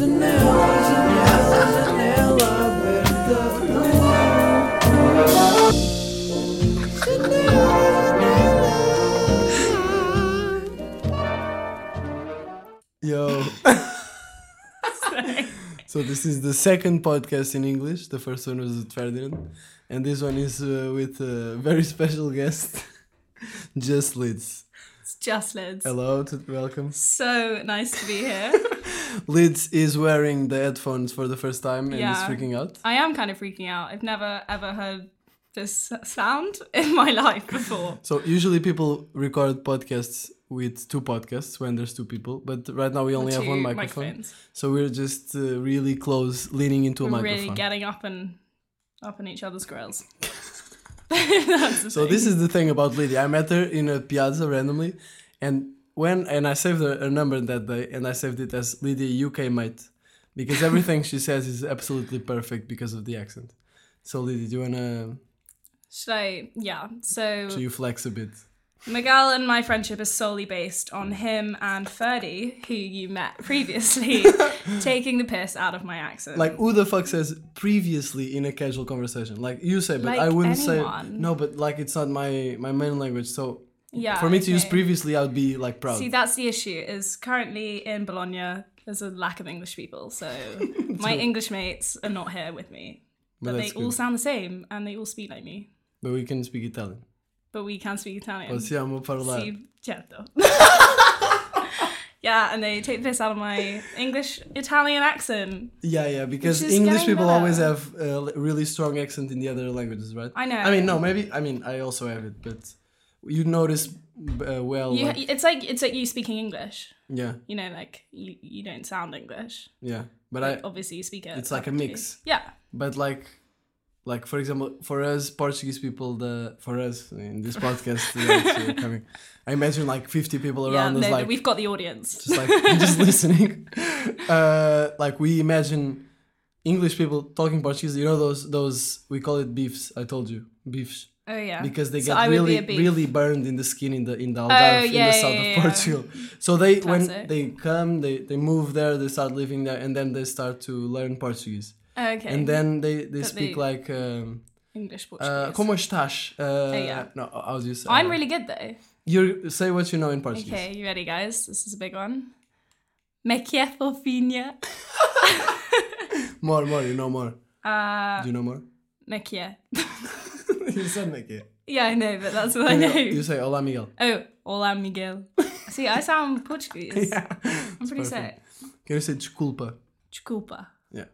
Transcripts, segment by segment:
Janela, janela, janela aberta. Yo. so this is the second podcast in English. The first one was with Ferdinand, and this one is uh, with a very special guest, Just Lids. It's just Lids. Hello, to, welcome. So nice to be here. Lids is wearing the headphones for the first time and is Yeah. freaking out. I am kind of freaking out. I've never ever heard this sound in my life before. So usually people record podcasts with two podcasts when there's two people, but right now we only have Two one microphone. So we're just uh, really close, leaning into a We're microphone. really getting up and up in each other's grills. That's the So thing. this is the thing about Lydia. I met her in a piazza randomly, and when and I saved her, her number that day, and I saved it as Lydia UK mate, because everything she says is absolutely perfect because of the accent. So Lydia, do you wanna Should I? Yeah. So, so you flex a bit? Miguel and my friendship is solely based on him and Ferdy, who you met previously, taking the piss out of my accent. Like who the fuck says previously in a casual conversation? Like you say, but I Like wouldn't say anyone. no. But like it's not my my main language, so. yeah. For me to use okay. previously, I'd be like proud. See, that's the issue. Is currently in Bologna, there's a lack of English people, so my English mates are not here with me. but But they that's all good. sound the same and they all speak like me. But we can speak Italian. But we can speak Italian. Possiamo parlare. Sì, certo. yeah, and they take the piss out of my English Italian accent. Yeah, yeah, because is English getting people better. always have a l- really strong accent in the other languages, right? I know. I mean, no, maybe. I mean, I also have it, but you notice uh, well. You, like- it's like it's like you speaking English. yeah, You know, like you, you don't sound English. yeah, but Like, I. obviously, you speak it. It's like a perfectly. mix. Yeah, But like, like for example, for us Portuguese people, the for us in this podcast, yeah, it's, uh, coming, I imagine like fifty people yeah. around No, us, no, like we've got the audience. just like just listening. Uh, like we imagine English people talking Portuguese. You know those those we call it beefs. I told you beefs. Oh yeah. because they So get I would be really a beef. Oh, really burned in the skin in the in the Algarve in yeah, the yeah, south yeah, of yeah. Portugal. So they when Classic. they come they they move there they start living there and then they start to learn Portuguese okay. and then they they But speak they- like um, English Portuguese. Oh, uh, como estás? Uh, yeah. No, how do you say? uh, I'm really good though. You say what you know in Portuguese. Okay, you ready, guys? This is a big one. Me quer fofinha. More, more. You know more. Uh, do you know more? me quer. you said like it. Yeah, I know, but that's what I You, know. know, you say hola Miguel. Oh, olá, Miguel. See, I sound Portuguese. I'm pretty sick. perfect. Can you say desculpa? Desculpa. Yeah.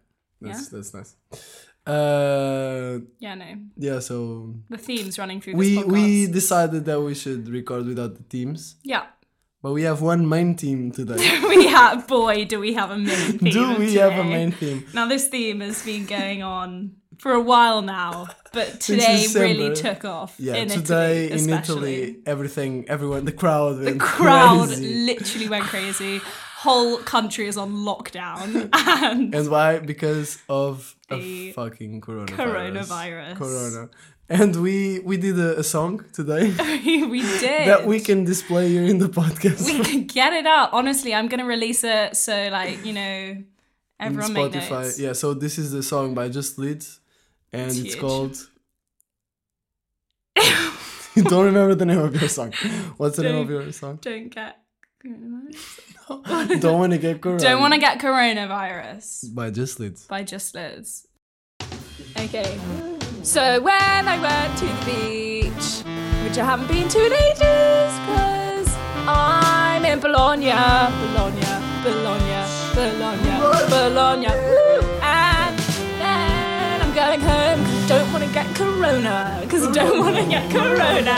That's that's nice. Uh, Yeah, no. yeah. So The theme's running through we this podcast. we decided that we should record without the teams Yeah. but we have one main team today we have, boy, do we have a main theme. do we today. have a main team Now, this theme has been going on for a while now, but Since today December. really took off. yeah in today Italy, in especially. italy everything everyone the crowd The crowd crazy. literally went crazy. Whole country is on lockdown, and and why because of a The fucking coronavirus coronavirus. corona and we we did a, a song today we did. that we can display here in the We podcast can get it out. Honestly, I'm gonna release it. So like you know, on everyone make spotify notes. yeah so this is the song by just leads and It's it's, huge. called you don't remember the name of your song what's the name of Don't- your song Don't get coronavirus. don't want to get corona. Don't want to get coronavirus By just leads. by Just Liz. Okay. So when I went to the beach, which I haven't been to in ages, because I'm in Bologna, Bologna, Bologna, Bologna, Bologna. Woo! And then I'm going home 'cause I don't want to get corona, because I don't want to get corona.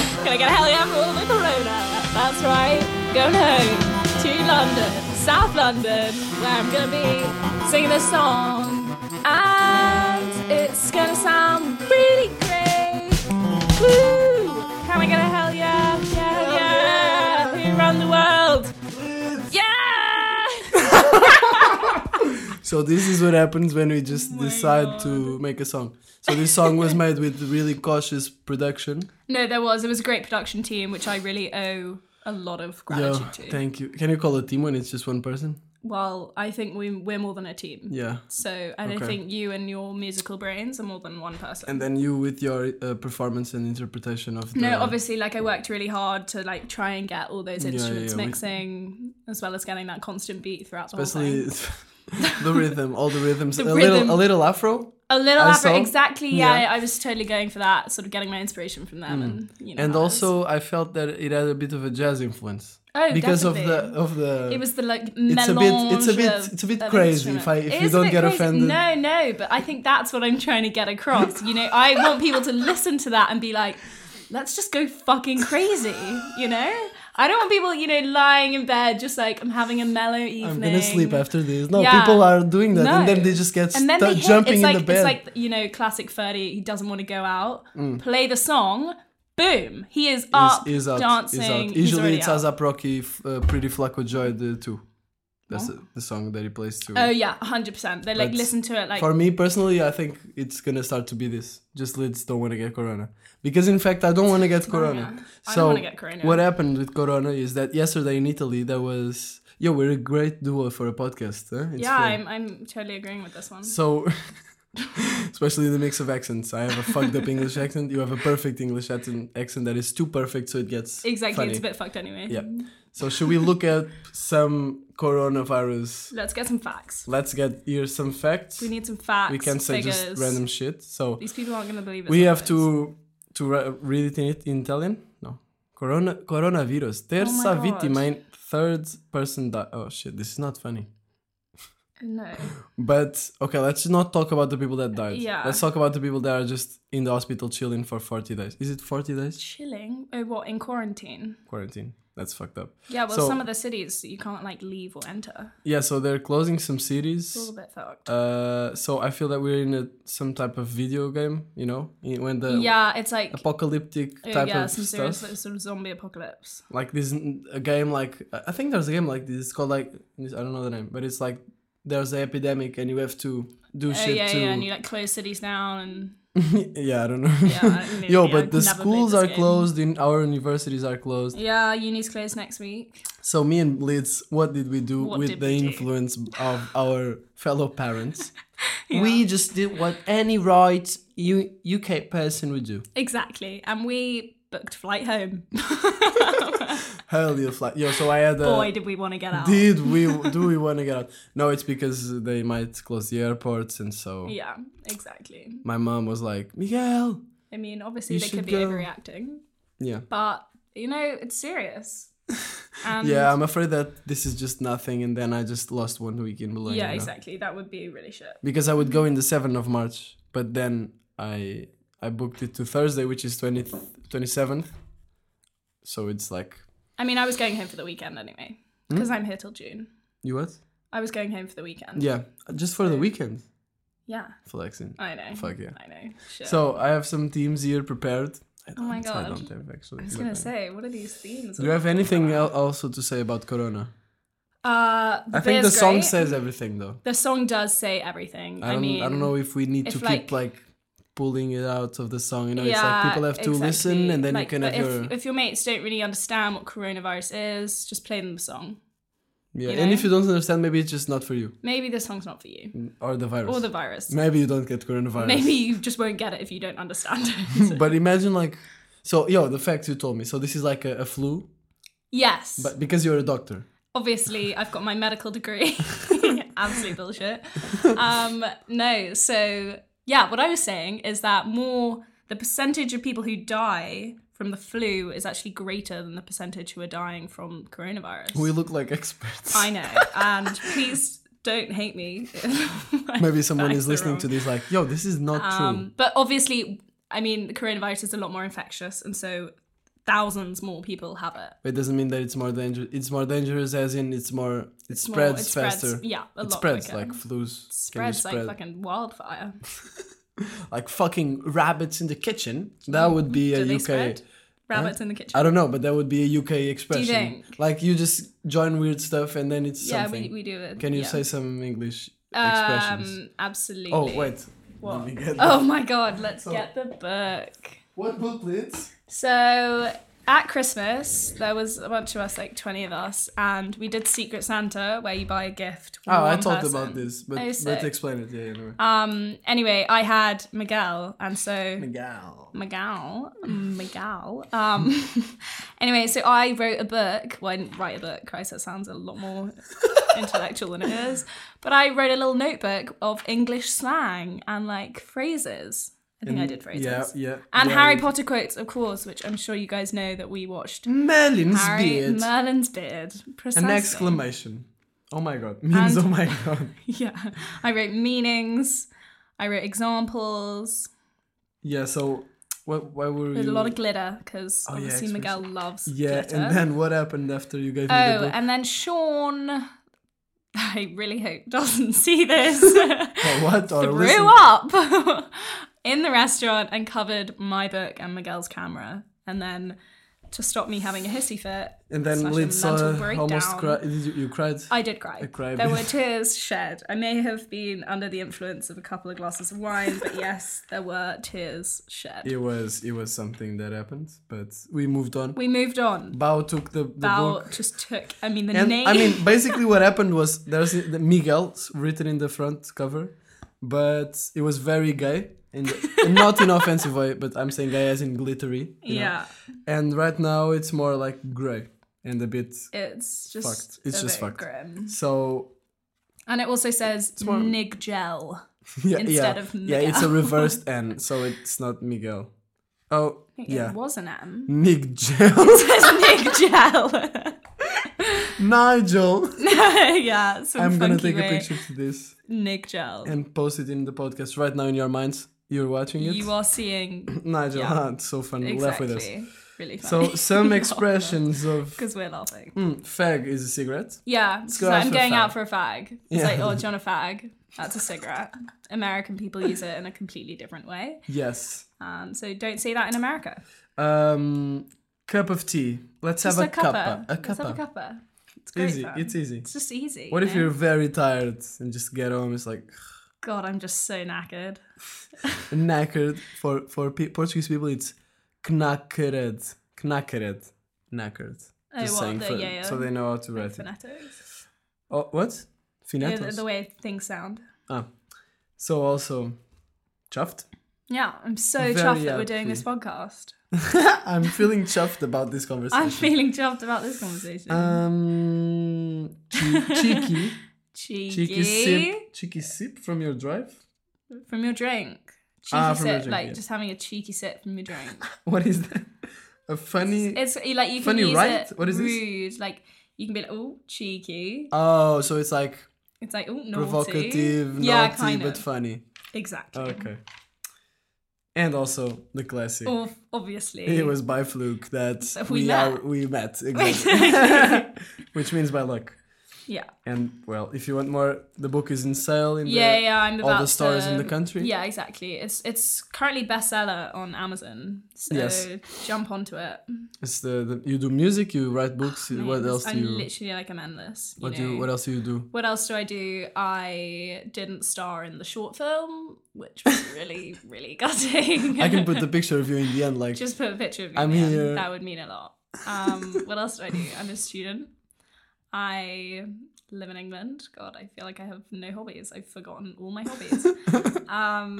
Gonna get a hell yeah for all the corona. That's right. Going home to London, South London, where I'm gonna be singing this song. And it's gonna sound really great. Woo! Can I get a hell yeah? Yeah, hell yeah! We run the world! Yeah! So this is what happens when we just Oh my decide God. to make a song. So this song was made with really cautious production. no, there was. It was a great production team, which I really owe a lot of Yo, gratitude to. thank you. Can you call a team when it's just one person? well, I think we, we're more than a team. Yeah. So I don't Okay. think you and your musical brains are more than one person. And then you with your uh, performance and interpretation of the, no, obviously, like I worked really hard to like try and get all those Yeah, yeah, instruments we- mixing, as well as getting that constant beat throughout the whole especially thing. the rhythm, all the rhythms, The a rhythm. little, a little afro, A little I afro, saw- exactly. Yeah, yeah. Mm. I was totally going for that, sort of getting my inspiration from them, and you know. and how it is. also I felt that it had a bit of a jazz influence oh, because definitely. of the of the. It was the like it's a bit, it's a bit, melange of- it's a bit of crazy instrument. if I It if is you a don't bit get crazy. offended. No, no, but I think that's what I'm trying to get across. You know, I want people to listen to that and be like, let's just go fucking crazy. You know, I don't want people, you know, lying in bed just like I'm having a mellow evening. I'm gonna sleep after this. No, Yeah. people are doing that, and No. then they just get And then stu- they hit, jumping it's in like the bed. it's like you know, classic Ferdy. He doesn't want to go out. Play the song. Boom! He is Is- up, is out, is out. dancing. he's Usually already it's out. ASAP Rocky, f- uh, Pretty Flaco Joy, the two. That's the, the song that he plays to. Oh yeah, hundred percent. They like But listen to it like For me personally, I think it's gonna start to be this. Just lids don't want to get corona because, in fact, I don't want to get corona. Oh, I don't So wanna get corona. what happened with corona is that yesterday in Italy there was yo, we're a great duo for a podcast. Huh? It's Yeah, great. I'm, I'm totally agreeing with this one. So, especially the mix of accents. I have a fucked up English accent. You have a perfect English accent, accent that is too perfect, so it gets Exactly, funny. it's a bit fucked anyway. Yeah. So should we look at some coronavirus? Let's get some facts. Let's get here some facts. We need some facts. We can't say figures. just random shit. So These people aren't going to believe it. we have sometimes. to to re- read it in, it in Italian. No. Corona coronavirus. Terza Oh God. vittima in third person. Di- oh shit! This is not funny. No. But okay, let's not talk about the people that died. Yeah. Let's talk about the people that are just in the hospital chilling for 40 days. Is it 40 days? Chilling. Oh, what? In quarantine? Quarantine. That's fucked up. Yeah, well, So- some of the cities you can't, like, leave or enter. Yeah, so they're closing some It's a cities. little bit fucked. Uh, so I feel that we're in a, some type of video game, you know, i- when the yeah, it's like. apocalyptic oh, type yeah, of some stuff. serious like, sort of zombie apocalypse. Like this, n- a game like I I think there's a game like this. It's called like I don't know the name, but it's like there's an epidemic and you have to do Oh, shit yeah, to yeah, and you, like, close cities down and. yeah, I don't know. Yeah, I mean, Yo, yeah, but I've the never played schools this are game. closed. In our universities are closed. Yeah, uni's closed next week. So me and Blitz, what did we do What with did the we do? influence of our fellow parents? We just did what any right U- UK person would do. Exactly. And we booked flight home. Hell, you fly. Yo, so I had a. Boy, did we want to get out. did we do we want to get out? No, it's because they might close the airports, and so Yeah, exactly. my mom was like, Miguel. I mean, obviously You they should could be go. overreacting, Yeah. but you know, it's serious. And Yeah, I'm afraid that this is just nothing, and then I just lost one week in Bologna. yeah, you know? exactly. That would be really shit. because I would go in the 7th of March, but then I I booked it to Thursday, which is 20th, 27th. So it's like I mean, I was going home for the weekend anyway, Hmm? because I'm here till June. you what? I was going home for the weekend. Yeah, just for the weekend Yeah, flexing. I know. Fuck yeah. I know. Shit. So I have some teams here prepared. I Oh my don't- I God. don't have actually. uh, I was gonna say, what are these themes? Do you have anything el- also to say about Corona? Uh, I think the song great. says everything though. the song does say everything. I I, don't. I, mean, don't know if we need to if, keep like pulling it out of the song. You know, it's Yeah, like people have to listen, exactly. and then Like, you can but have if, your if your mates don't really understand what coronavirus is, just play them the song. yeah. you And know? if you don't understand, maybe it's just not for you Maybe the song's not for you, or the virus. or the virus. Maybe you don't get coronavirus. Maybe you just won't get it if you don't understand it. But imagine like, so yo, the facts you told me. So this is like a, a flu, yes, but because you're a doctor. obviously I've got my medical degree. Absolute bullshit. Um, no, so yeah, what I was saying is that more the percentage of people who die from the flu is actually greater than the percentage who are dying from coronavirus. We look like experts. I know, and please don't hate me. Maybe someone Facts is are listening wrong. to this like, yo, this is not Um, but obviously, I mean, coronavirus is a lot more infectious, and so thousands more people have it. true. It doesn't mean that it's more dangerous. It's more dangerous as in it's more it More- spreads it spreads, faster. Yeah, a it lot spreads quicker. like flus. can spreads be like spread. fucking wildfire. like fucking rabbits in the kitchen. That would be a Mm. Do they UK. spread? Rabbits in the kitchen. I don't know, but that would be a UK expression. think? Like you just join weird stuff and then it's Yeah, something. we, we do it. Can you yeah. say some English expressions? Um, Oh. absolutely. Oh wait. Oh. What? Let me get Oh my god, let's get the book. What book, please? So at Christmas, there was a bunch of us, like 20 of us, and we did Secret Santa, where you buy a gift. for Oh, I one talked person. about this, but Oh, sick. but explain it. Yeah, anyway. Um, anyway, I had Miguel, and so Miguel. Miguel, Miguel. Um, anyway, so I wrote a book. Well, I didn't write a book. Christ, that sounds a lot more intellectual than it is. But I wrote a little notebook of English slang and like phrases. I think I did phrases. Yeah, yeah. And yeah. Harry Potter quotes, of course, which I'm sure you guys know that we watched. Merlin's Harry beard. Merlin's beard. Precisely. An exclamation. Oh my god. Means And- oh my god. Yeah. I wrote meanings. I wrote examples. Yeah, so what why were With you a lot of glitter, because Oh, yeah, obviously it's really- Miguel loves Yeah, glitter. and then what happened after you gave me the Oh, book? and then Sean, I really hope doesn't see this, Or what? Or Oh, listen- threw up in the restaurant and covered my book and Miguel's camera. And then to stop me having a hissy fit, And then Such a Lid mental saw breakdown. almost cried. You, you cried. I did cry. cried. There were tears shed. I may have been under the influence of a couple of glasses of wine, but yes, there were tears shed. It was it was something that happened, but we moved on. We moved on. Bao took the, the Bao book. just took, I mean, the And name. I mean, basically, what happened was there's the Miguel's written in the front cover, but it was very gay, and not in offensive way, but I'm saying gay as in glittery. you know. yeah, And right now it's more like grey and a bit. it's just Fucked. It's a just bit fucked. grim. So And it also says more- Nig Gel. yeah, Instead yeah, of yeah, it's a Miguel. reversed N, so it's not Miguel. Oh yeah, It was an M. Nigel, It says Nig Gel. Nigel. yeah, some I'm gonna funky take way. a picture to this Nig Gel. and post it in the podcast right now in your minds. You're watching it. You are seeing Nigel, Yeah. huh, it's so fun. Laugh exactly with us. really So some expressions of because we're laughing. mm, fag is a cigarette. Yeah, it's go like, out I'm for a going out fag. for a fag. It's Yeah. like, oh, do you want a fag? That's a cigarette. American people use it in a completely different way, Yes. um, so don't say that in America. Um, cup of tea. Let's Just have a, a cuppa. cuppa. A Let's have cuppa. a cuppa. It's great easy. fun. It's easy. It's just easy. What you if know? you're very tired and just get home? It's like God, I'm just so knackered. knackered. For for pe- Portuguese people, it's knackered. Knackered. Knackered. Oh, Just what, saying the- for, yeah, yeah. so they know how to write it. Phonetics. Oh, what? Yeah, Finetos. the, the way things sound. Ah. So also chuffed. Yeah, I'm so Very chuffed that we're doing happy. this podcast. I'm feeling chuffed about this conversation. I'm feeling chuffed about this conversation. Uh, um che- cheeky. cheeky. cheeky sip. Cheeky sip from your drive. From your drink. Cheeky Ah, from your sip, drink, like yeah. just having a cheeky sip from your drink. What is that? A funny It's like you can Funny, use right? it What is this? rude. Like you can be like, oh, cheeky. Oh, so it's like It's like, oh, naughty. provocative, naughty, yeah, kind but of. funny. exactly. Okay. And also the classic. Or obviously. It was by fluke that we we, met. Are, we met exactly, which means by luck. Yeah. And well, if you want more, the book is in sale in Yeah, the, yeah, I'm all about the stores to, in the country. Yeah, exactly. It's it's currently bestseller on Amazon, so Yes. jump onto it. It's the, the you do music, you write books. Man, what else I'm do you? literally like I'm endless. You What know? do you, What else do you do? What else do I do? I didn't star in the short film, which was really, really gutting. I can put the picture of you in the end, like just put a picture of me. I'm in. here. That would mean a lot. Um, what else do I do? I'm a student. I live in England. God, I feel like I have no hobbies. I've forgotten all my hobbies. um,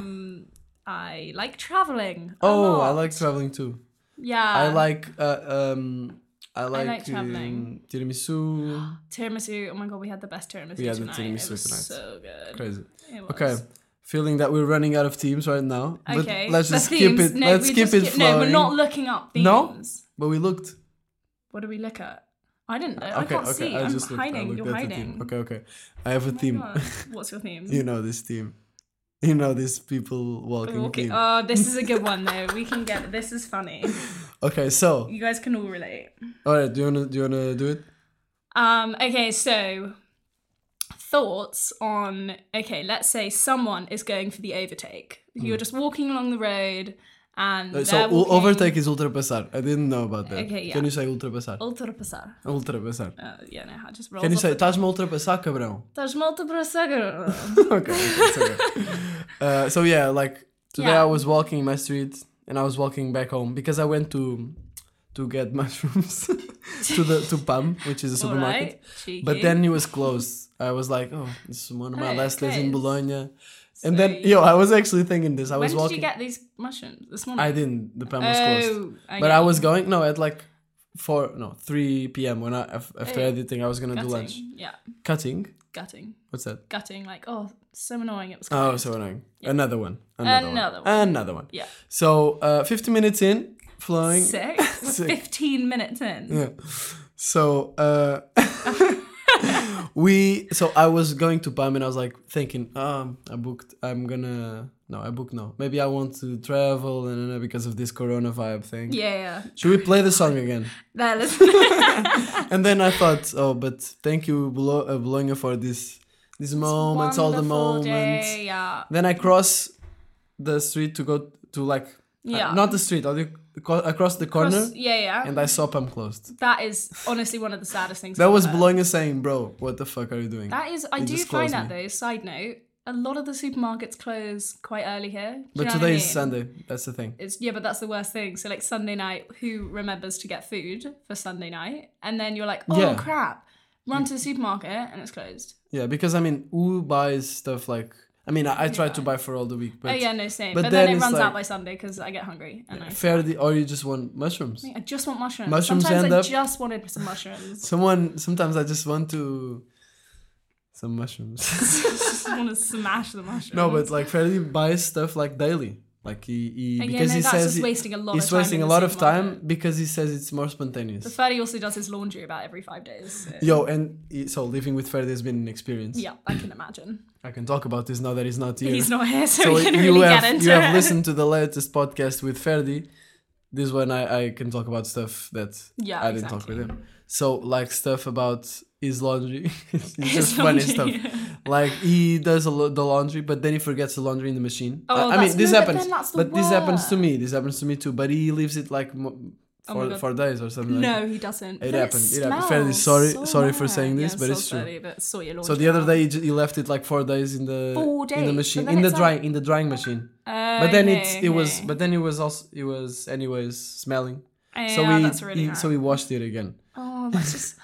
I like traveling. a oh, I lot. like traveling too. Yeah, I like uh, um, I like, like traveling. um, tiramisu. tiramisu. Oh my god, we had the best tiramisu We had the tonight. tiramisu it was tonight. so good. Crazy. It was. Okay, feeling that we're running out of teams right now. But Okay. let's the just skip themes- it. No, let's we skip just it skip- No, we're flowing. not looking up themes. No? But we looked. What do we look at? I didn't know. I Okay, can't okay. see. I I'm just looked, I hiding. looked You're at the hiding. Oh Team. Okay, okay. I have a theme. God, What's your theme? you know this team. You know this people walking Okay. team. Oh, this is a good one though. We can get this is funny. Okay, so You guys can all relate. all right, do you wanna do you wanna do it? Um, okay, so thoughts on okay, let's say someone is going for the overtake. You're just walking along the road and Uh, they're Hmm. So u- walking, overtake is ultrapassar. I didn't know about that. Okay, yeah. Can you say ultrapassar? ultrapassar. Ultrapassar. Uh, yeah, no, I just rolls Can you off say the- estás-me a ultrapassar, cabrão? Estás mal te perseguir. okay. it's okay. uh, so yeah, like today Yeah. I was walking my street and I was walking back home because I went to to get mushrooms to the to Pam, which is a supermarket. Alright, cheeky. But then it was closed. I was like, oh, this is one of my Oh, last days great. in Bologna. So And then, yo, I was actually thinking this. I when was did walking. you get these mushrooms this morning? I didn't. The Pam was closed. oh, But I was going no at like four no three p.m. when I af- after Oh. editing I was gonna gutting. do lunch Yeah, cutting. gutting, What's that? gutting. Like, oh, so annoying. It was. Oh, closed. so annoying. Another one. Another one. Another one. Yeah. So uh, fifty minutes in, flowing. Sick. We're Sick. 15 minutes in. Yeah. So uh, we so I was going to Palm and I was like thinking, um, I booked. I'm gonna no, I booked no. Maybe I want to travel and uh, because of this Corona vibe thing. Yeah. yeah. Should we play the song again? There, listen. and then I thought, oh, but thank you, Bolo- uh, Bologna, for this these moments, all the Wonderful moments. day, Yeah. Then I cross the street to go to like uh, Yeah. not the street, I think co- across the corner, Cross- yeah, yeah. and I saw Pam closed. that is honestly one of the saddest things. That I've was heard. Bologna saying, bro, what the fuck are you doing? That is, I It do just find closed that me. though. Side note: a lot of the supermarkets close quite early here. Do you but know what I today is mean? Sunday. That's the thing. It's yeah, but that's the worst thing. So like Sunday night, who remembers to get food for Sunday night? And then you're like, oh Yeah. crap, run to the supermarket and it's closed. Oh, Yeah, because I mean, who buys stuff like? I mean, I, I tried to buy for all the week, but oh yeah, no same. But, but then, then it it's runs like- out by Sunday because I get hungry and I. fair the or you just want mushrooms. I just want mushrooms. Mushrooms Sometimes end I up- just wanted some mushrooms. Someone sometimes I just want to some mushrooms. just want to smash the mushrooms. No, but like Freddy buys stuff like daily. Like he, he Again, because no, he that's says just he- wasting a lot he's of time wasting in a the lot of time supermarket. because he says it's more spontaneous. Ferdy also does his laundry about every five days. so- Yo, and he- so living with Freddy has been an experience. Yeah, I can imagine. I can talk about this now that he's not here. He's not here, so, so we can you really have get into you it. have listened to the latest podcast with Ferdi. This one I, I can talk about stuff that Yeah, I didn't talk with him. So like stuff about his laundry. it's just funny laundry, stuff. yeah. Like he does a lo- the laundry, but then he forgets the laundry in the machine. Oh, I, I that's- mean, this no, but happens, then that's the but this happens to worst. me. This happens to me too. But he leaves it like mo- Oh for my God. for days or something. like No, he doesn't. But happened, It it happened. Fairly smells sorry- so sorry for bad. saying this, Yeah, but so it's true. Sorry, but sort your So laundry the other out. day he, j- he left it like four days in the Four in the days, machine but then in the it's drying like- in the drying machine. Uh, But then it's okay, it was okay. but then it was also it was anyways smelling. yeah, so we that's really he- bad. so we washed it again Oh, that's just.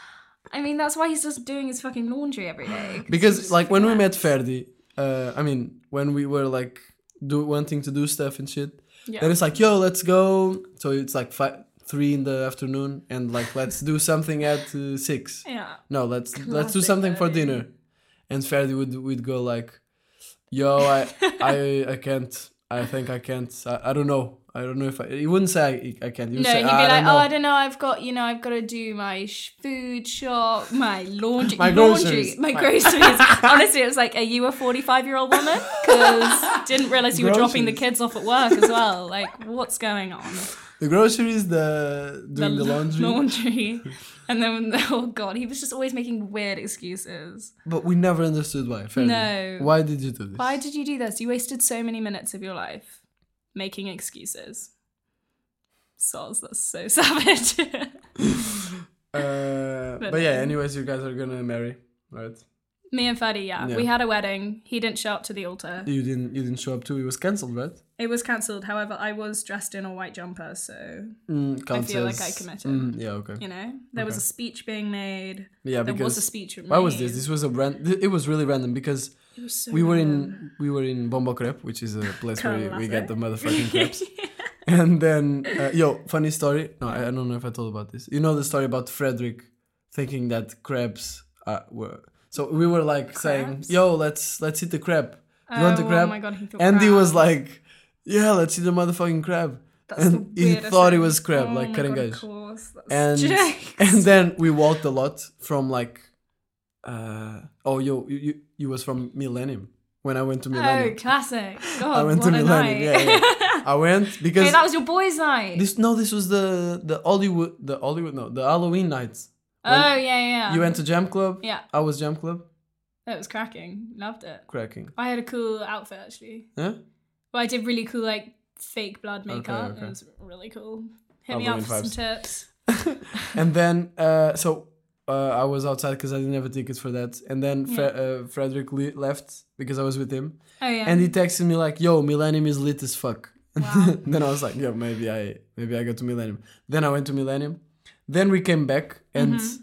I mean, that's why he's just doing his fucking laundry every day. because like when we met Ferdi, uh, I mean when we were like do wanting to do stuff and shit. Yeah. Then it's like yo let's go. So it's like five three in the afternoon and like let's do something at uh, six. yeah. No, let's let's do Classic something for Ferdi. dinner. And Ferdi would would go like, "Yo, I I I can't. I think I can't. I, I don't know. I don't know if I." He wouldn't say I, I can't. He would No, say, "Ah, he'd be "I like, don't know." oh, I don't know, I've got, you know, I've got to do my sh- food shop, my laundry, My laundry, groceries. my My- groceries. Honestly, it was like, are you a 45 year old woman? Because didn't realize you were dropping the Groceries. kids off at work as well. Like, what's going on? the groceries, the doing the, la- laundry. laundry. And then, oh God, he was just always making weird excuses. But we never understood why. Ferdi. No. Why did you do this? Why did you do this? You wasted so many minutes of your life making excuses. Soz, that's so savage. uh, But but yeah. no. Anyways, you guys are gonna marry, right? Me and Ferdy, yeah, Yeah. we had a wedding. He didn't show up to the altar. You didn't. You didn't show up too. It was cancelled, right? It was cancelled. However, I was dressed in a white jumper, so Mm, I feel like cancels. I committed. Mm, yeah. Okay. you know there was a Okay. speech being made. Yeah. There Because was a speech. Made. why was this? This was a brand. It was really random because. It was so we were random. in we were in Bombo Crepe, which is a place where we- we get the motherfucking crepes. Yeah. and then, uh, yo, funny story. No, I, I don't know if I told about this. You know the story about Frederick thinking that crepes are, were. So we were like saying, Crabs? "Yo, let's let's eat the crab. You want the Oh, crab?" Oh my god, he thought Andy was crabs. like, "Yeah, let's eat the motherfucking crab." That's the and he weirdest thought it thing. was crab, Oh like my cutting God, edge. Of course, that's And jokes. and then we walked a lot from like, uh, oh yo, you you, you was from Millennium when I went to Millennium. oh, classic. God, I went what to a Millennium. night. Yeah, yeah. I went because Hey, that was your boys' night. this. No, this was the the Hollywood, the Hollywood, no, the Halloween nights. when oh yeah, yeah. You went to jam club. Yeah, I was jam club it was cracking. Loved it. cracking. I had a cool outfit actually. Huh? Well, I did really cool like fake blood makeup. okay. It was really cool. Hit Oh, me up brilliant for some tips. And then uh, so uh, I was outside because I didn't have a ticket for that. And then Fre- uh, Frederick le- left because I was with him, Oh yeah. and he texted me like, "Yo, Millennium is lit as fuck." Wow. then I was like, yeah, maybe I maybe I go to Millennium. Then I went to Millennium. Then we came back and Mm-hmm.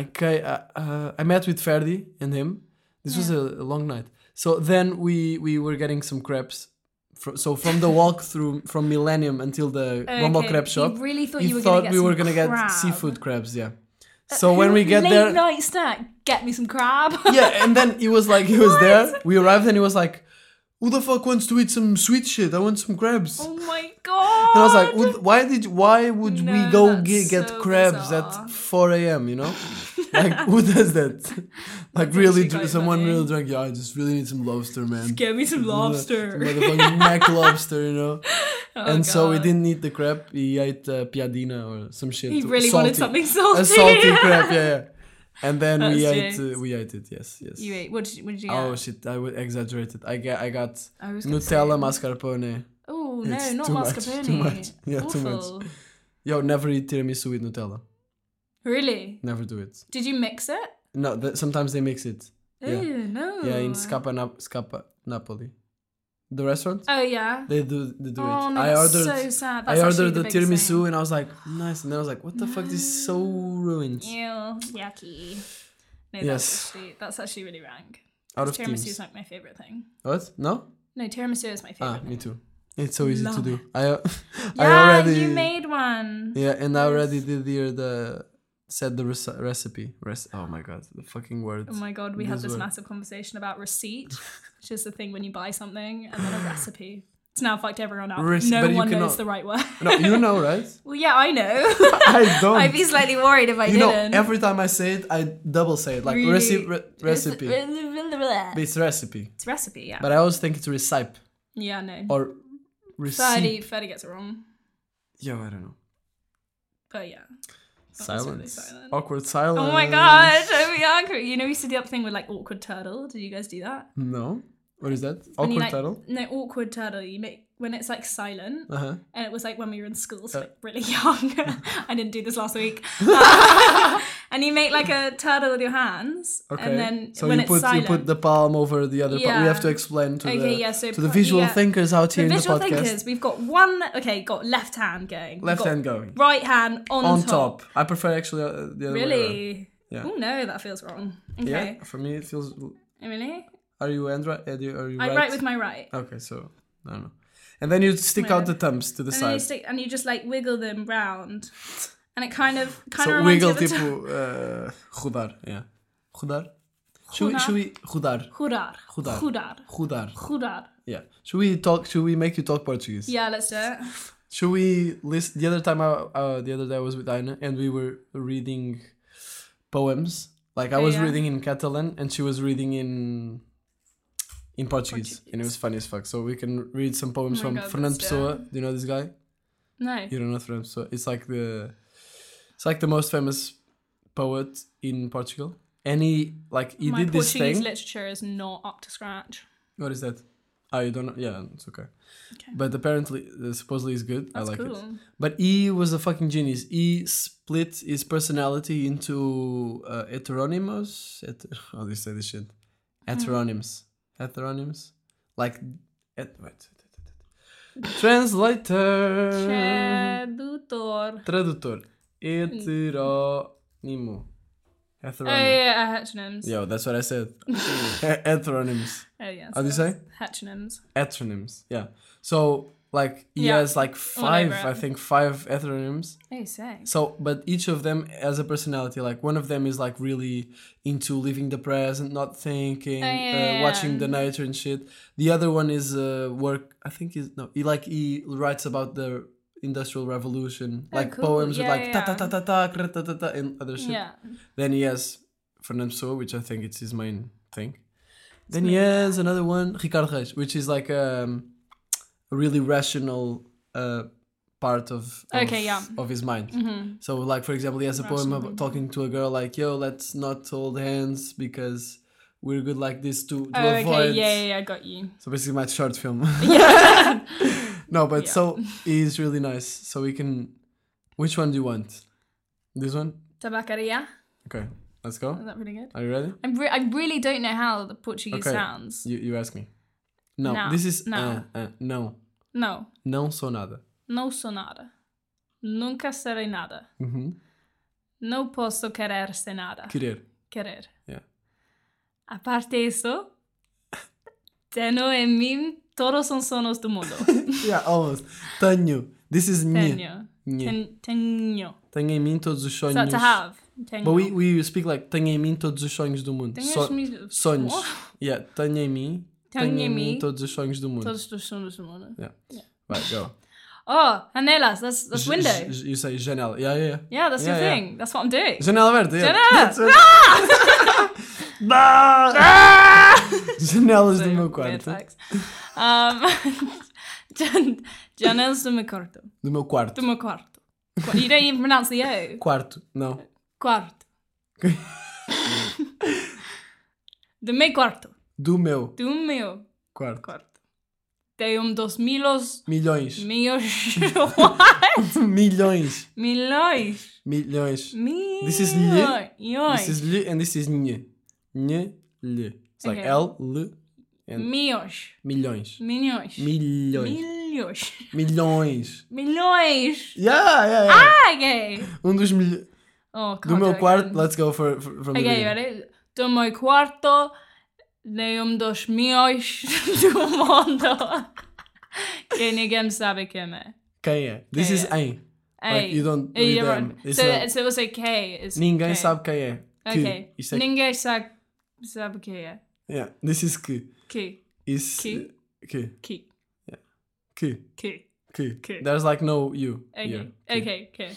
I ca- uh, uh, I met with Ferdi and him. This was a, a long night. So then we we were getting some crepes. Fro- So from the walk through from Millennium until the Bombo Okay, Crab Shop, You really thought he you were thought gonna get we some were gonna crab. get seafood crabs. Yeah. So when we get Late there, night snack. Get me some crab. yeah, and then he was like, he was there. We arrived and he was like, who the fuck wants to eat some sweet shit? I want some crabs. oh my god. And I was like, "Would- why did why would we No, go that's ge- get so crabs bizarre. at 4 a.m. You know, like who does that? Like really, actually dr- quite someone funny. really drunk. Yeah, I just really need some lobster, man. Get me some lobster. Some motherfucking neck lobster, you know. Oh and so we God. didn't eat the crab. He ate uh, piadina or some shit. He really salty. wanted something salty. A salty crab, yeah, yeah. And then we That's ate, jokes. uh, we ate it. Yes, yes. You ate. What did you, what did you get? Oh shit! I would exaggerate it. I get, I got I was gonna Nutella say- mascarpone. Oh no, It's not too much, mascarpone. too much. Yeah, too Awful. much. Yo, never eat tiramisu with Nutella. Really? Never do it. Did you mix it? No, th- sometimes they mix it. Yeah. Ew, no. Yeah, in Scapa, Nap- Scapa Napoli, the restaurant. Oh yeah. They do, they do Oh it. no, I that's ordered, so sad. That's I actually ordered the, the, biggest tiramisu, and I was like, nice. And then I was like, what the fuck? This is so ruined. Thing. Ew, yucky. No, Yes. that's actually that's actually really rank. Out of tiramisu is teams. like my favorite thing. What? No? No, tiramisu is my Ah, favorite. me too. It's so easy to Love do. I, I yeah, already. you made one. yeah, and I already did the the said the rec- recipe. Rec- oh my god, the fucking words. Oh my god, we had These this were- massive conversation about receipt, which is the thing when you buy something, and then a recipe. It's now fucked everyone up. Rec- no but one you cannot- knows the right word. no, you know, right? well, yeah, I know. I don't. I'd be slightly worried if I you know, didn't. every time I say it, I double say it. Like Really? reci- re- recipe. But It's it's recipe. recipe, yeah. But Oh, I always think it's recipe yeah, no. or Ferdy, receipt. Ferdy gets it wrong. Yo, I don't know. But yeah. That was really Silence. silent. Awkward silence. Oh my god, we are cr- You know, we used to do that thing with like awkward turtle. Did you guys do that? No. What is that? When you, Awkward like- title? No, awkward turtle. You make when it's like silent. Uh huh. and it was like when we were in school, so Uh. like really young. I didn't do this last week. Uh, and you make like a turtle with your hands, Okay. and then so when you it's put silent, you put the palm over the other. Palm. We have to Yeah. explain to Okay, the yeah, so to the put- visual yeah. thinkers out the here in the visual podcast. thinkers. We've got one. Okay, got left hand going. We've Left got hand going right hand on, on top. I prefer actually uh, the other way. Really? Yeah. Oh no, that feels wrong. around. Yeah. Okay, For me, it feels. Emily, Are you Andra? Are you, are you I write with my right. Okay, so I don't know. And then you stick out the thumbs to the And then you side. stick, and you just like wiggle them round, and it kind of kind So of reminds wiggle you of the tipo uh, rodar, yeah. Rodar. Should we Rodar. should we rodar? Hudar. Hudar. Hudar. Rodar. Hudar. Yeah. Should we talk should we make you talk Portuguese? Yeah, let's do it. Should we list the other time I uh, the other day I was with Aina and we were reading poems. Like I Oh, was yeah. reading in Catalan and she was reading in in Portuguese, and it was funny as fuck. So we can read some poems Oh my from God, that's Fernando Pessoa. dope. Do you know this guy? No. You don't know Fernando Pessoa. It's like the it's like the most famous poet in Portugal. And he like he My did this Portuguese thing. literature is not up to scratch. what is that? Oh, you don't know? Yeah, it's okay. Okay. But apparently, uh, supposedly, it's good. That's I like cool. it. But he was a fucking genius. He split his personality into uh, heteronymous. Het- how do you say this shit? Heteronyms. Heteronyms. Like. Het- wait. Translator. Tradutor. Tradutor. Heterónimo. Oh Heterónimo. yeah, uh, heteronyms. Yo, that's what I said. He- Heteronyms. Oh yeah. How do you say? Heteronyms. Heteronyms. Yeah. So, like, he Yeah. has like five, Whatever. I think, five heteronyms. Oh, you say. So, but each of them has a personality. Like, one of them is like really into living the present, not thinking, Oh, yeah, uh, watching the yeah. nature and shit. The other one is uh, work. I think he's no. He like he writes about the industrial revolution, Oh, like cool. poems Yeah, with like yeah, ta ta yeah. ta ta ta kra ta ta ta and other shit. Yeah. Then he has Fernando Pessoa, which I think it's his main thing. Then main he has another one, Ricardo Reis, which is like um, a really rational uh, part of, of Okay, yeah. of his mind. Mm-hmm. So, like for example, he has a poem Rational. about talking to a girl like, "Yo, let's not hold hands because we're good like this to, to Oh, avoid." okay. Yeah, yeah, yeah, I got you. So basically, my short film. Yeah. no, but Yeah. so he's really nice. So we can. Which one do you want? This one. Tabacaria. Okay, let's Is go. that pretty good? Are you ready? I'm re- I really don't know how the Portuguese Okay. sounds. You, you ask me. No, No, this is no. Uh, uh, no. Não, Não sou nada. não sou nada. Nunca serei nada. Uhum. Não posso querer ser nada. Querer. Querer. Yeah. A parte isso, tenho em mim todos os sonos do mundo. Yeah, almost. Tenho. This is me. Tenho. Nhe. Ten- Tenho. Tenho em mim todos os sonhos. So, to have. Tenho. But we, we speak like, tenho em mim todos os sonhos do mundo. Tenho So- os meus- Sonhos. Oh, Yeah, tenho em mim. Tenho em mim todos os sonhos do mundo. Todos os sonos do mundo. Yeah. Right, go. Oh, janelas. That's, that's J- window. j- you say janela. Yeah, yeah, yeah. Yeah, that's Yeah, your yeah. thing. That's what I'm doing. Janela aberta. Yeah. Janela! Ah! That's what- Bah! Janelas do So, meu weird quarto. facts. Um, jan- janelas do meu quarto. Do meu quarto. Do meu quarto. Qu- You don't even pronounce the O. Quarto. Não. Quarto. do meu quarto. Do meu Do meu quarto. quarto. Tem um dos milos. Milhões. Meus. Milhões. Milhões. Milhões. Milhões. This is lhe. This is lhe and this is nhe. Nhe, lhe. It's like Okay. L, L, and Milhões. milhões. Milhões. Milhões. Milhões. Milhões. Milhões. Yeah, yeah, yeah. Ah, gay. Um dos milhões. Oh, Do can't do meu it quarto, again. let's go for, for, from the Ok, beginning. ready? Do meu quarto, de um dos meus do mundo. que ninguém sabe quem é. Quem é? This Quem is é? em. Like, Ei, you don't read ei, you're them. right. It's So, not- so você que is Ninguém que. sabe quem é. Que. Ok. Isso é- Ninguém sabe, sabe que é. Yeah, this is que. Que, Isso. Que. Que. que, Que. que. Que. Que. There's like no you. Ok, here. Que. ok, que.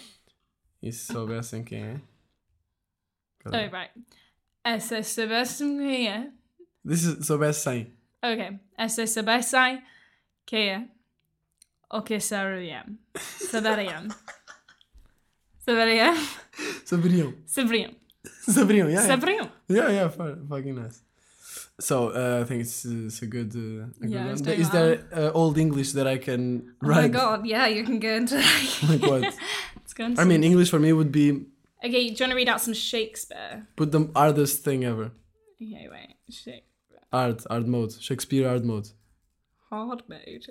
E se soubessem quem é? Cadê? Alright. right. É se soubessem quem é. This is soubessem. Ok. É se soubessem quem é. O que saberiam. Saberiam. Saberiam. Saberiam. Sabriam. Saberiam, yeah. yeah. Sabriam. Yeah, yeah, fu- fucking nice. So, uh, I think it's, it's a good, uh, a good Yeah, one. it's Th- doing Is there uh, old English that I can Oh my write? god, yeah, you can go into that. Like what? Let's go into Oh I mean, English for me would be Okay, do you want to read out some Shakespeare? put the hardest thing ever. Okay, wait. Shake. Art, art mode. Shakespeare art mode. Hard mode.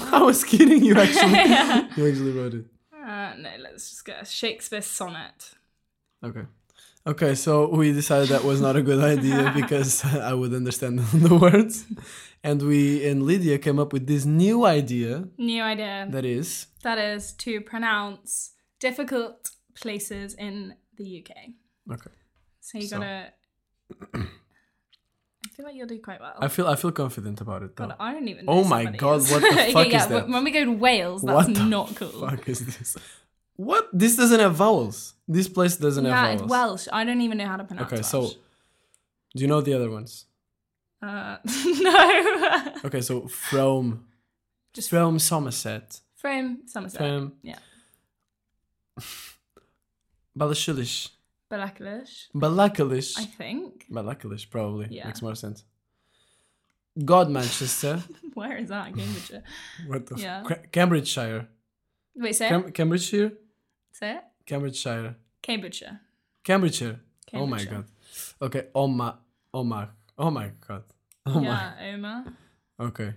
I was kidding you actually. you actually wrote it. Uh, no, let's just get a Shakespeare sonnet. Okay. Okay, so we decided that was not a good idea because I would understand the words. And we and Lydia came up with this new idea New idea. that is That is to pronounce difficult places in the UK. okay. So you So- gotta. I feel like you'll do quite well. I feel I feel confident about it though. God, I don't even know. Oh my somebody God, is. what the Okay, fuck is yeah, that? w- When we go to Wales, What that's the not cool. fuck is this? What? This doesn't have vowels. This place doesn't Yeah, have it's vowels. Welsh. I don't even know how to pronounce okay, Welsh. so do you know the other ones? Uh, no. Okay, so from Just- from Somerset. Frame Somerset. From Yeah. Balashilish. Balakalish, Balakalish. I think. Balakalish probably. Yeah. Makes more sense. God Manchester. Where is that? Cambridgeshire. what the f- Yeah. Eh? Cra- Cambridgeshire. Wait, say it. Cam- Cambridgeshire? Say it. Cambridgeshire. Cambridgeshire. Cambridgeshire. Oh my god. Cambridgeshire. Okay. Oma Omar. Oh my god. Oh my yeah, Omar. Okay.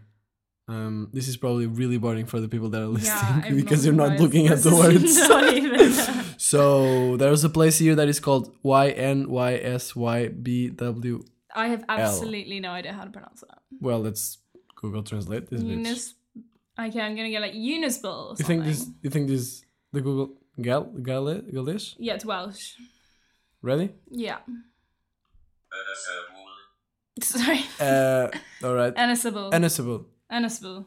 Um, this is probably really boring for the people that are listening Yeah, I'm because you're not surprised. looking at This the is words. not even- So there's a place here that is called Y N Y S Y B W. I have absolutely no idea how to pronounce that. Well, let's Google Translate this bitch. Unis. Okay, I'm gonna go like Unisball. Or You something. think this? You think this? The Google Gal Gale Galish? Yeah, it's Welsh. Ready? Yeah. Sorry. Uh, all right. Enisable. Enisable. Enisable.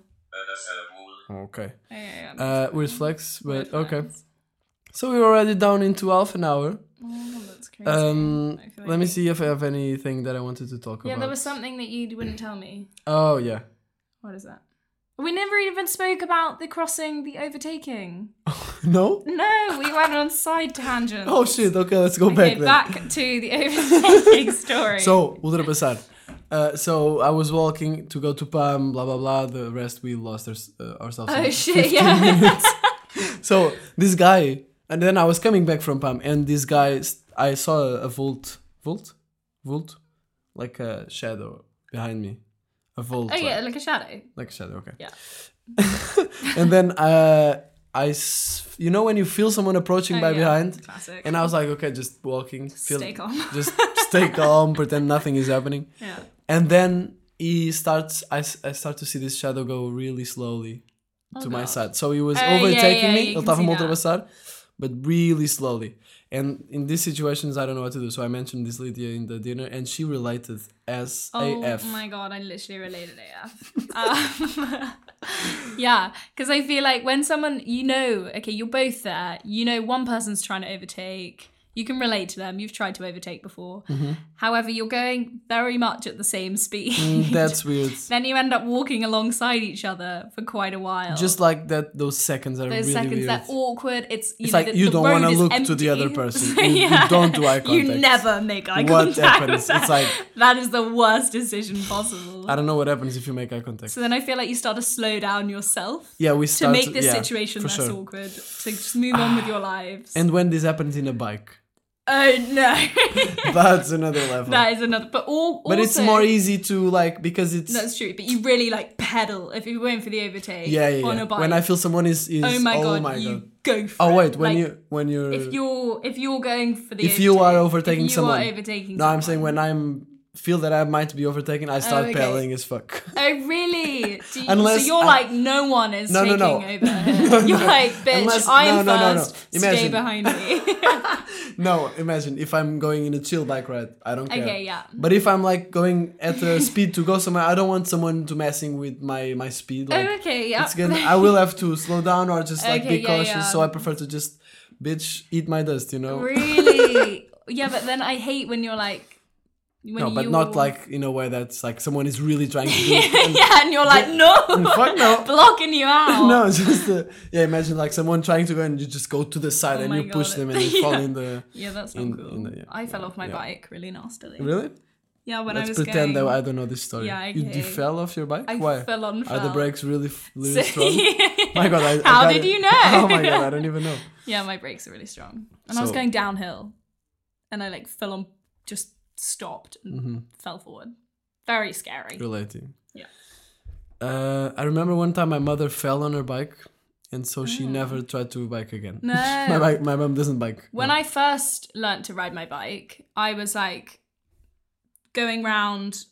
Okay. Yeah, yeah, yeah. Uh, weird flex, but Weird okay. words. So we're already down into half an hour. Oh, that's crazy. Um, I feel like let me we- see if I have anything that I wanted to talk Yeah, about. there was something that you wouldn't tell me. Oh yeah. What is that? We never even spoke about the crossing, the overtaking. No. No, we went on side tangents. Oh shit, okay, let's go Okay, back then. back, to the overtaking story. So, ultrapassar. Uh, so I was walking to go to Pam, blah blah blah. The rest we lost ours uh, ourselves. oh in. shit, yeah. So this guy, and then I was coming back from Pam, and this guy, s- I saw a, a volt, volt, volt, like a shadow behind me, a volt, oh yeah, like, like a shadow. like a shadow. Okay. Yeah. and then uh, I, s- you know, when you feel someone approaching Oh, by yeah. behind, Classic. and I was like, okay, just walking, feel, Stay calm. just stay calm, pretend nothing is happening. yeah. And then he starts, I, s- I start to see this shadow go really slowly to my God. side. So he was Oh, yeah, overtaking yeah, me, you ele can estava see muito a that. passar, but really slowly. And in these situations, I don't know what to do. So I mentioned this Lydia in the dinner, and she related as Oh AF. my god, I literally related AF. um, yeah, because I feel like when someone, you know, okay, you're both there, you know, one person's trying to overtake, you can relate to them, you've tried to overtake before. Mm-hmm. However, you're going very much at the same speed. Mm, That's weird. then you end up walking alongside each other for quite a while. Just like that, those seconds are those really seconds, weird. they're awkward. It's you It's know, like the, you the don't road wanna is look to the empty. other person. So, You- you yeah, don't do eye You contact. never make eye What contact. happens? with them. It's like- that is the worst decision possible. I don't know what happens if you make eye contact. So then I feel like you start to slow down yourself yeah, we to start make this yeah, situation for less sure. awkward, to just move on with your lives. And when this happens in a bike, oh no, that's another level. that is another. But all but also, it's more easy to like because it's That's true. But you really like pedal if you're going for the overtake. yeah, yeah, on yeah. a bike. When I feel someone is, is oh my god, you go for Oh it. wait, when Like, you when you're if you're if you're going for the Mm. If you are overtake- overtaking if you someone. are overtaking no, I'm saying when I'm feel that I might be overtaken, I start okay. pedaling as fuck. oh really Do you, Unless so you're I- like no one is No, no, taking no. over you're like bitch Unless- I'm no, no, no, no. first stay Imagine. behind me no, imagine if I'm going in a chill bike ride, I don't care. Okay, yeah. But if I'm like going at a speed to go somewhere, I don't want someone to messing with my my speed. Like, oh okay yeah it's gonna, I will have to slow down or just like Okay, be yeah, cautious. yeah. So I prefer to just bitch eat my dust, you know. Really? yeah, but then I hate when you're like. When No, but you're... not like in a way that's like someone is really trying to do it. And yeah, and you're like, no! fuck no. blocking you out. No, it's just uh, yeah. Imagine like someone trying to go and you just go to the side Oh and my you push God. them and you fall Yeah. in the. Yeah, that's not In- cool. in the- yeah, I fell off my yeah. bike really nastily. Really? Yeah, when Let's I was pretend going, that I don't know this story. Yeah, you, you okay. fell off your bike. I Why? fell on Are fell. the brakes really, f- really So- strong? my God! I, I How got did it. you know? Oh my God! I don't even know. Yeah, my brakes are really strong. And I was So- going downhill, and I like fell on, just stopped and Mm-hmm. fell forward. Very scary. Relating. Yeah. Uh, I remember one time my mother fell on her bike, and so she never tried to bike again. Mm. No. my bike, my mom doesn't bike. When I first learnt to ride my bike, I was like going round.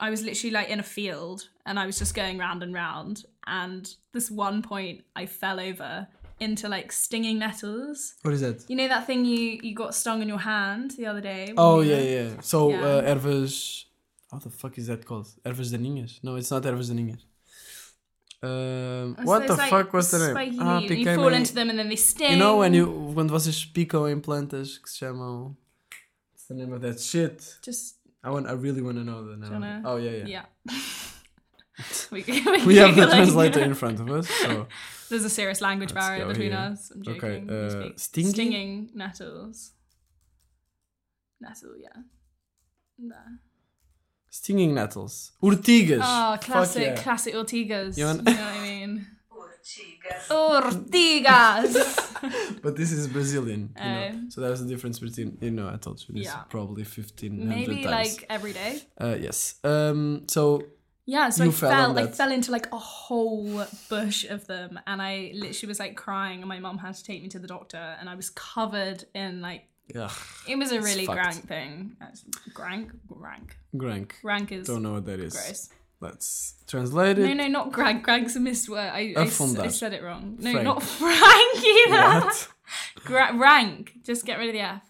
I was literally like in a field and I was just going round and round. And this one point, I fell over into like stinging nettles. What is that? You know that thing you you got stung on your hand the other day? when Oh we yeah, were- yeah. yeah. So Yeah. Uh, ervas. How the fuck is that called? Ervas daninhas? No, it's not ervas daninhas. Um, Oh, So what the it's, like, fuck was the name? Ah, spiky leaves, and you fall into them and then they sting. You know when you quando vocês picam em plantas que se chamam. What's the name of that shit? just I want. I really want to know the name. of Wanna- it. Oh yeah, yeah. yeah. we, we, We have the Googling. translator in front of us. So There's a serious language Let's barrier go between here. us. I'm joking. Okay, You uh, speak- stingy? stinging nettles. Nettle, yeah. There. stinging nettles, urtigas. Oh, Fuck classic, yeah. classic ortigas. You, You want- know what I mean? Ortigas. But this is Brazilian, you know. Oh. So there's the difference between. You know, I told you this Yeah. probably fifteen hundred Maybe times. like every day. Uh, yes. Um, so Yeah, so You I fell fell, on I that. fell into like a whole bush of them and I literally was like crying and my mum had to take me to the doctor and I was covered in like yeah, it was a really fucked. grank thing. That's- Grank? Rank. grank. Rank is Don't know what that is. gross. Let's translate No, it. no, not Greg. Greg's a missed word. I, I, s- Afundar. I said it wrong. No, Frank. not Frank either. What? Gra- rank. Just get rid of the F.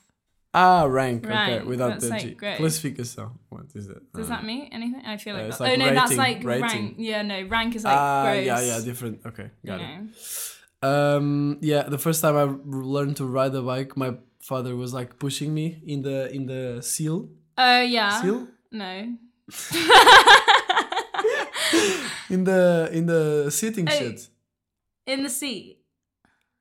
Ah, rank. Rank, Okay, without that's the like G. gross. Classificação. What is that? Does Uh, that mean anything? I feel like, uh, it's that- like Oh, no, that's rating, like rating. rank. Yeah, no, rank is like Ah, gross. yeah, yeah, different. Okay, you got it. know. Um, yeah, the first time I r- learned to ride a bike, my father was like pushing me in the in the seal, Oh, yeah. seal, No. in the in the sitting Oh, shit. In the seat.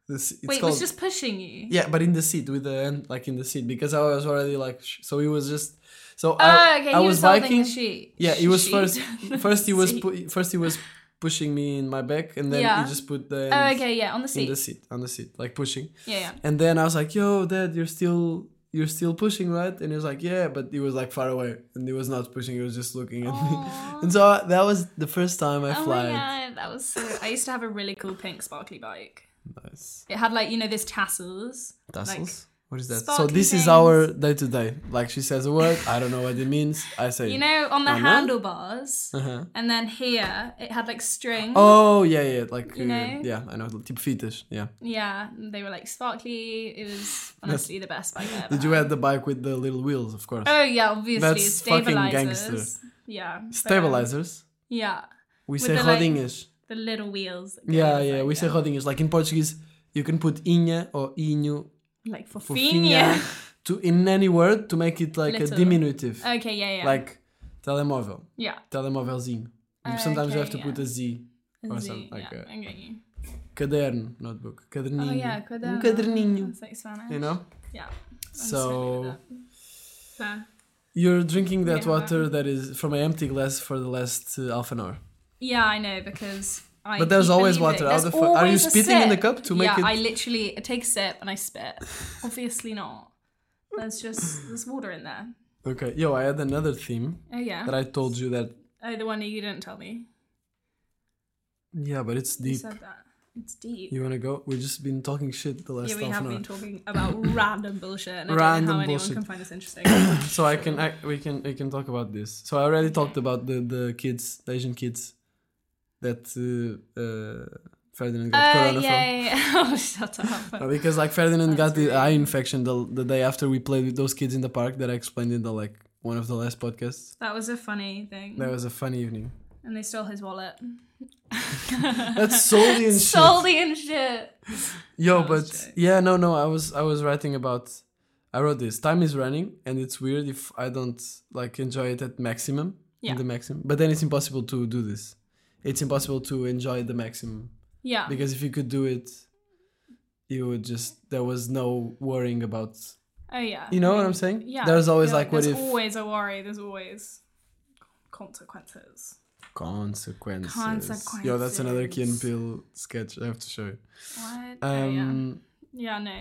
The s- it's Wait, it called was just pushing you. yeah, but in the seat with the end, like in the seat, because I was already like, sh- so he was just, so Oh, I, okay. I he was, was, holding biking. the sheet. Yeah, he was Sheet. first. First he was Seat. pu- first he was pushing me in my back, and then Yeah. he just put the Oh, hand okay. Yeah, on the in seat. the seat on the seat, like pushing. Yeah, yeah. And then I was like, "Yo, Dad, you're still you're still pushing, right? And he was like, yeah, but he was like far away and he was not pushing. He was just looking at me. Aw. And so I, that was the first time I Oh flied. my god, that was so. I used to have a really cool pink sparkly bike. Nice. It had like you know those tassels. like- Tassels? what is that? So sparkly this is things. our day to day. Like she says a word, I don't know what it means. I say, you know, on the Anna? handlebars, Uh-huh. and then here it had like string. Oh yeah, yeah, like You uh, know? yeah, I know. Tipo fitas, yeah. Yeah, they were like sparkly. It was honestly the best bike I ever. Did you had. add the bike with the little wheels? Of course. Uh-huh. Oh yeah, obviously That's fucking stabilizers. gangster. Yeah. but, um, Stabilizers. Yeah, We with say the, like, rodinhas. the little wheels. that go yeah, with yeah, it, we say rodinhas. Like in Portuguese, you can put inha or inho, like fofinha, fofinha. to in any word to make it like a Little. diminutive, okay, yeah, yeah. like telemóvel, yeah. telemóvelzinho. Ah, You sometimes you have to Okay, put a z. or Z, something like yeah, that. okay. Caderno, notebook, caderninho, Oh yeah, um caderno. caderninho. That's like Spanish. You know. Yeah. So Fair. you're drinking that Yeah. water that is from an empty glass for the last uh, half an hour. Yeah, I know because I. But there's keep always believing- water. How There's the fu- are you always a spitting in the sip. cup to make yeah, it? I literally take a sip and I spit. Obviously not. There's just there's water in there. Okay, yo, I had another theme Oh yeah. that I told you that. oh, the one that you didn't tell me. Yeah, but it's You deep. said that. It's deep. You wanna go? We've just been talking shit the last yeah, we half have an hour. been talking about random bullshit, and I don't know Random how anyone bullshit. can find this interesting. so I can, I, we can, we can talk about this. So I already talked about the the kids, the Asian kids, that uh, uh, Ferdinand Oh got corona yeah, from. yeah, yeah. Oh, shut up. Uh, Because like Ferdinand got That's the really- eye infection the, the day after we played with those kids in the park that I explained in the like one of the last podcasts. That was a funny thing. That was a fun evening. And they stole his wallet. That's solely and shit. solely in shit. Yo, That but was jokes. yeah, no, no. I was I was writing about. I wrote this. Time is running, and it's weird if I don't like enjoy it at maximum. Yeah. In the maximum, but then it's impossible to do this. It's impossible to enjoy the maximum Yeah. because if you could do it, you would just there was no worrying about. oh yeah. You know I what mean, I'm saying? Yeah. There's always Yeah, like what there's if always a worry. There's always consequences. consequences. Yo, that's another Key and Consequences. Peele sketch. I have to show you. What? oh, yeah. Um, Yeah. No.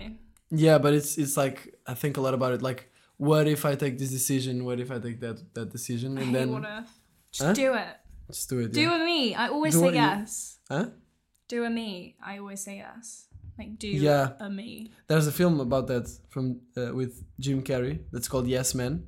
Yeah, but it's it's like I think a lot about it. Like, what if I take this decision? What if I take that that decision? I And hate then water. Just Huh? do it. just do it. Do yeah. a me. I always Do say what you- yes. Huh? Do a me. I always say yes. Like do Yeah. a me. There's a film about that from uh, with Jim Carrey that's called Yes Man.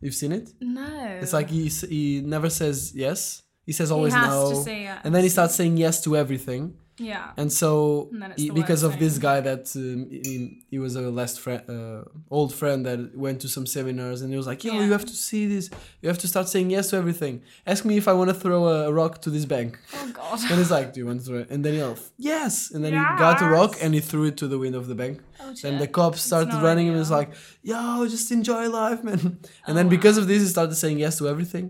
You've seen it? No. It's like he s- he never says yes. He says always Uh, he has no. to say yes. and then he starts saying yes to everything. yeah. And so, And then it's he- the because worst of this thing. guy that um, he, he was a last friend, uh, old friend that went to some seminars, and he was like, "Yo, Yeah. you have to see this. You have to start saying yes to everything. Ask me if I want to throw a rock to this bank." Oh god. And he's like, "Do you want to throw?" it?" And then he yelled, "Yes!" And then he got a rock Yes. and he threw it to the window of the bank. Oh, shit. And the cops started not running him. and He's ideal. like, "Yo, just enjoy life, man." And then Oh, wow. Uh-huh. because of this, he started saying yes to everything,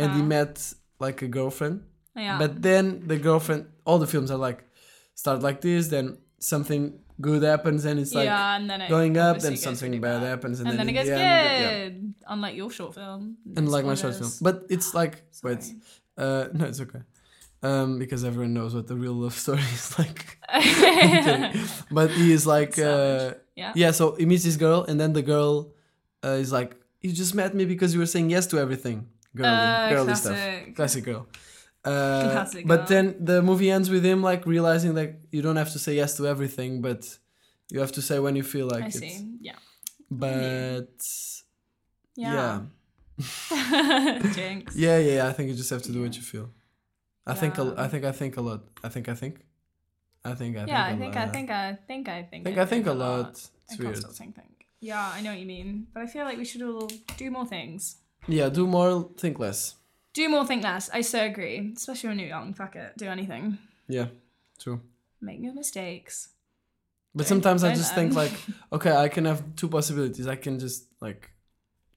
and he Wow. met like a girlfriend. yeah. But then the girlfriend, all the films are like start like this, then something good happens, and it's like yeah, and then it going up, obviously then goes something really bad, happens, and, and then, in it goes the good. end, yeah. Unlike your short film. And No like my short film, spoilers. but it's like wait, Sorry. uh, no, it's okay, um, because everyone knows what the real love story is like. kidding. But he is like, uh, Savage. yeah. yeah, so he meets this girl, and then the girl uh, is like, "You just met me because you were saying yes to everything, girly, Uh, girly stuff." classic. classic girl. Uh, Classic but girl. then the movie ends with him like realizing like you don't have to say yes to everything, but you have to say when you feel like I it. see. Yeah. But yeah. Yeah. Jinx. yeah, yeah, yeah, I think you just have to do what you feel. I think a, Yeah. I think I think a lot. I think I think, I think I Yeah, I think think a I lot. think I think I I think think I think a lot. I It's can't weird. stop saying think. Yeah, I know what you mean, but I feel like we should all do more things. Yeah, do more, think less. Do more, think less. I so agree. Especially when you're young. Fuck it. Do anything. Yeah, true. Make no mistakes. But Don't- sometimes I don't just think end. like, okay, I can have two possibilities. I can just like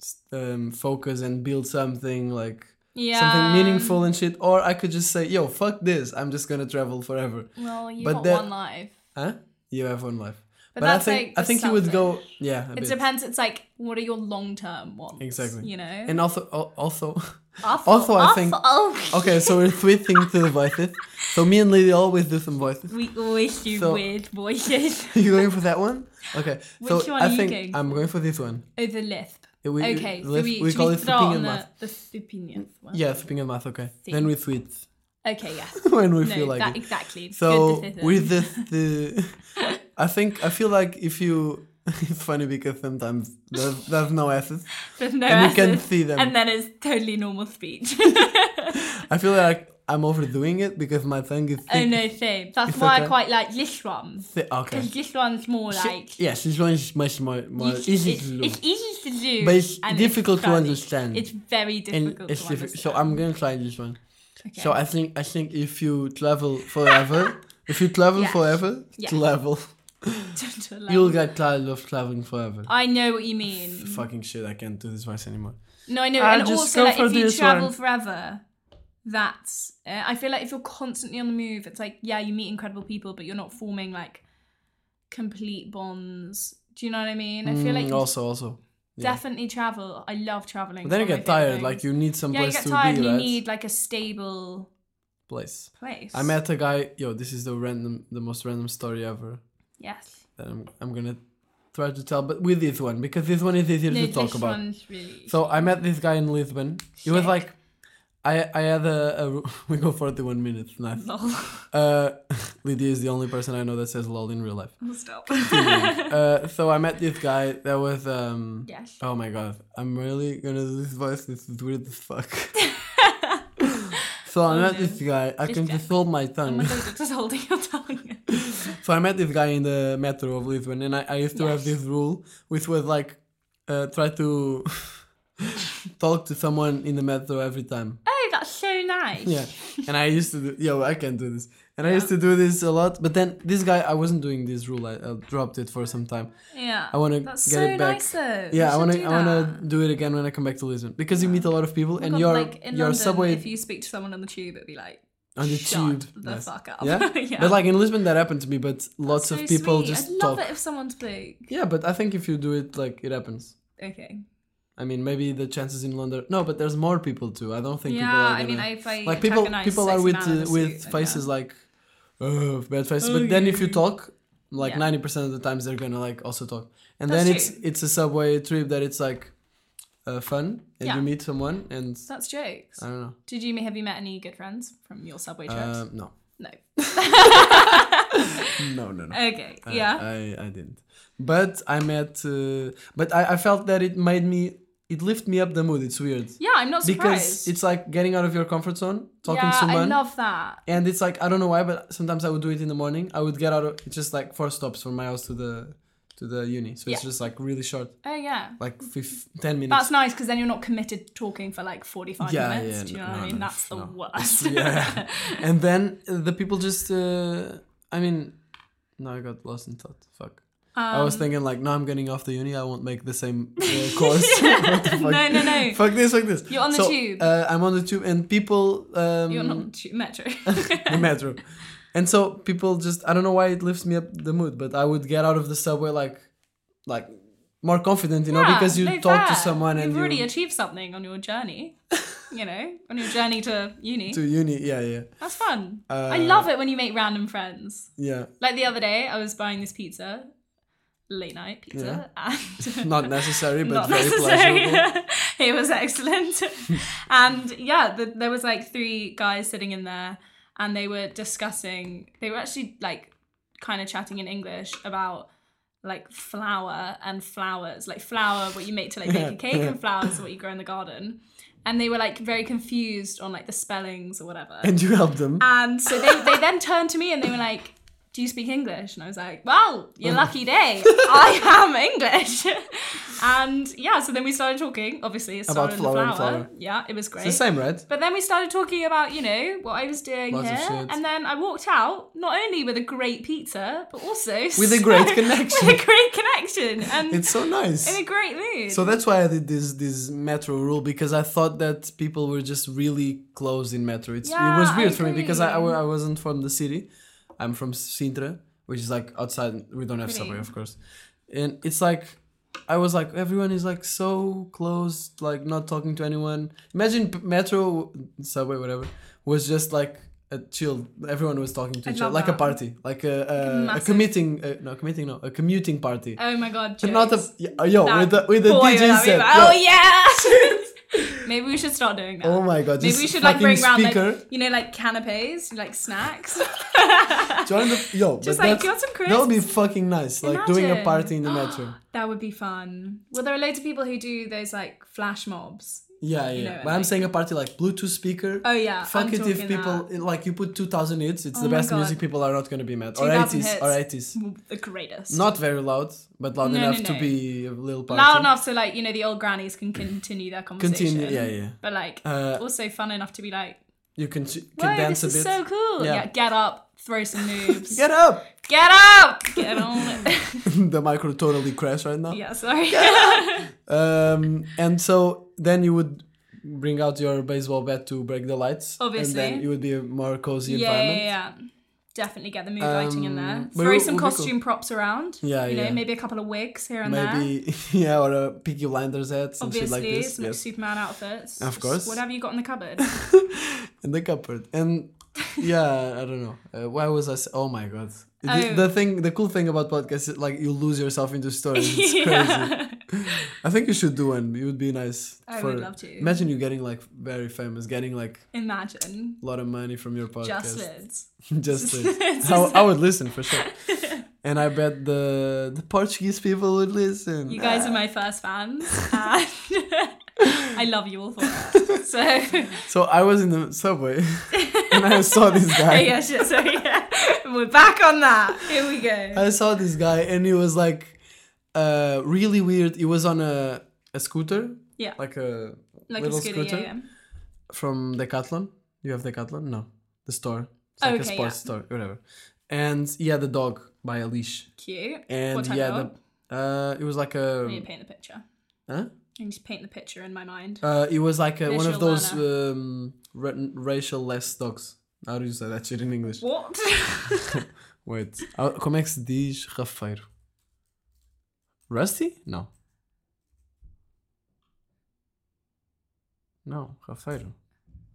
s- um, focus and build something like Yeah. something meaningful and shit, or I could just say, yo, fuck this, I'm just gonna travel forever. Well, you But got that- one life. Huh? You have one life. But, I that's think like I think you would go selfish. yeah. A It bit. depends. It's like what are your long term wants? Exactly. You know. And also al- also Awful. Also, I awful. think- Oh, Okay, so we're tweeting through the voices. So me and Lydia always do some voices. We always do So- weird voices. Are you going for that one? Okay. so Which one I are you think going I'm going for this one. Oh, the lisp. Uh, we- Okay, so let's- we, we should call we it start flipping on and the, math. the supinion one. Yeah, speaking and math, okay. See. Then we tweet Okay, yeah. when we no, feel like that, it. exactly. So Good decision. with this, the, I think I feel like if you, it's funny because sometimes there's, there's no S's. There's no and you can S's, see them. And then it's totally normal speech. Oh, I feel like I'm overdoing it because my tongue is. oh thick. no, same. That's It's why okay. I quite like this one. Thi- Okay. Because this one's more like. Yes, yeah, this one is much more, more you- easy it's, to do. it's easy to do. But it's and difficult to funny. understand. It's very and difficult it's to different. So understand. I'm gonna try this one. Okay. So I think I think if you travel forever, if you travel Yes. forever, Yeah. travel, To learn. you'll get tired of traveling forever. I know what you mean. Fucking shit! I can't do this voice anymore. No, I know. I'll and just also, go like, for if you this travel one. forever, that's. Uh, I feel like if you're constantly on the move, it's like, yeah, you meet incredible people, but you're not forming like complete bonds. Do you know what I mean? I feel like Mm, you also also. yeah. definitely travel. I love traveling. But then you it's one get of my favourite tired. Like things. you need some yeah, you place get to tired. be, and You right? need like a stable place. place. I met a guy. Yo, this is the random, the most random story ever Yes. that I'm I'm gonna try to tell, but with this one because this one is easier No, to talk this about. one's really. So I met this guy in Lisbon. He was Sick. like, I I had a, a ro- we go forty one minutes. Nice. Lol. Uh, Lydia is the only person I know that says lol in real life. Stop. uh, so I met this guy that was um. Yes. Oh my god, I'm really gonna do this voice. This is weird as fuck. so I Oh met no. this guy. I This can guy. just hold my Oh tongue. my god, you're just holding your tongue. So I met this guy in the metro of Lisbon, and I, I used to have Uh-huh. Yes. this rule, which was like, uh, try to talk to someone in the metro every time. Oh, that's so nice. Yeah, and I used to do. Yo, I can't do this. And I Yeah. used to do this a lot, but then this guy, I wasn't doing this rule. I, I dropped it for some time. Yeah. I want to get That's so it back. nice though. Yeah, I want to. I want to do it again when I come back to Lisbon because you meet a lot of people, and your Oh like in your London, subway If you speak to someone on the tube, it'd be like on the shut tube. the Nice. fuck up. Yeah? yeah. But like in Lisbon, that happened to me. But lots So of people sweet. just I'd talk. love it if someone spoke. Yeah, but I think if you do it, like it happens. Okay. I mean, maybe the chances in London. No, but there's more people too. I don't think Yeah, people are I mean, gonna- I- if I like people. antagonize People are sexy with man in uh, a with suit, faces yeah. like, uh, bad faces. But then if you talk, like Oh, Yeah. ninety percent of the times they're gonna like also talk. And That's then true. it's it's a subway trip that it's like, uh, fun and Yeah. you meet someone and That's jokes. I don't know. Did you have you met any good friends from your subway trips? Um, no, no. no, no, no. Okay. I- Uh, yeah. I, I didn't. But I met. Uh, but I, I felt that it made me. It lifted me up the mood. It's weird. yeah, I'm not surprised. because it's like getting out of your comfort zone, talking yeah, to someone. I love that. and it's like I don't know why, but sometimes I would do it in the morning. I would get out of it's just like four stops from my house to the to the uni, so it's Yeah. just like really short, Oh yeah. like fif- ten minutes. That's nice because then you're not committed to talking for like 45 Yeah, minutes. yeah, do you know no, what I no, mean? no, That's the no. worst. yeah, and then uh, the people just. Uh, I mean, now I got lost in thought. Fuck. I Um, was thinking like, no, I'm getting off the uni. I won't make the same uh, course. What the fuck? No, no, no. Fuck this, fuck this. You're on the So, tube. Uh, I'm on the tube, and people. Um, You're not tu- metro. the metro. And so people just I don't know why it lifts me up the mood, but I would get out of the subway like like more confident, you know, because you no talk to fair. someone You've and already you achieved something on your journey. you know, on your journey to uni. to uni. Yeah, yeah. That's fun. I Uh, love it when you make random friends. Yeah. Like the other day, I was buying this pizza, late night pizza, and Not necessary, but not very necessary. pleasurable. it was excellent. and yeah, the, there was like three guys sitting in there and they were discussing, they were actually like kind of chatting in English about like flour and flowers, like flour, what you make to like bake a cake, and flowers, what you grow in the garden. And they were like very confused on like the spellings or whatever. And you help them. And so they, they then turned to me and they were like, Do you speak English? And I was like, Well, your Oh. lucky day. I am English. and yeah, so then we started talking, obviously, it's About about flour flower, and the flower. flour. Yeah, it was great. It's the same, right? But then we started talking about, you know, what I was doing Lots of here. shit. And then I walked out, not only with a great pizza, but also With a great with connection. a great connection and It's so in nice. a great mood. So that's why I did this this metro rule because I thought that people were just really close in metro. It's, it Yeah, was weird I for me because I, I, agree. wa- I wasn't from the city. I'm from Sintra, which is like outside. We don't have subway, Really? of course. And it's like I was like, everyone is like so close, like not talking to anyone. Imagine p- metro, subway, whatever, was just like a chill. Everyone was talking to I'd each other, love like a that. party, like a a, a Massive. commuting, uh, no commuting, no a commuting party. Oh my god, but not a jokes. yeah, uh, yo That with the with the boy would Oh, DJ have set. been like, yo. Oh yeah. Maybe we should start doing that. Oh my god! Maybe just we should like fucking bring round speaker. like you know like canapes, like snacks. Join the yo, but Just like that's- got some crisps. that would be fucking nice, like doing a Imagine. party in the metro. That would be fun. Well, there are loads of people who do those like flash mobs. Yeah, yeah. You know, but I'm like- saying a party like Bluetooth speaker. Oh yeah, Fuck I'm it if talking people that. like you put 2000 hits, it's Oh the my best God. music. People are not gonna be mad. Or 80s, 2000 or hits. 80s. the greatest. Not very loud, but loud No, no, enough to no. be a little party. loud enough so like you know the old grannies can continue their conversation. Continue, yeah, yeah. But like Uh, also fun enough to be like, You can ch- can whoa, dance this a bit. is so cool. Yeah. Yeah. get up, throw some moves. Get up! Get up, get on. the micro totally crashed right now. yeah, sorry. Um, and so then you would bring out your baseball bat to break the lights. Obviously. And then it would be a more cozy yeah, environment. yeah, yeah. Definitely get the mood lighting in there. Um, but it Throw would- some would be cool. costume props around. Yeah, you yeah. know, maybe a couple of wigs here and there. Maybe, yeah, or a Peaky Blinders hats and shit Obviously, like this. some Yes. Superman outfits. Of Just course. Whatever you got in the cupboard. in the cupboard and yeah i don't know uh, why was i s- oh my god the, Oh. the thing the cool thing about podcasts is like you lose yourself into stories it's crazy Yeah. i think you should do one it would be nice I would love to. imagine you getting like very famous getting like Imagine. a lot of money from your podcast Just lids. just Just I, I would listen for sure and i bet the the portuguese people would listen You guys are my first fans. And I love you all for it. So, so i was in the subway and i saw this oh guy yeah, shit, sorry. Yeah. We're back on that. Here we go. I saw this guy and he was like uh really weird. He was on a, a scooter. Yeah. Like a Like little a scooter, yeah, scooter. yeah. from Decathlon. You have Decathlon? No. The store. It's Oh, like a okay, sports yeah. store, whatever. And he had a dog by a leash. Cute. And what type yeah, of dog? the uh it was like I need to a paint the picture. huh? I need to paint the picture in my mind. Uh it was like a, one of Visual those um ra- racial less dogs. How do you say that shit in English? What? Wait. Ah, Como é que se diz rafeiro? Rusty? Não. Não, rafeiro.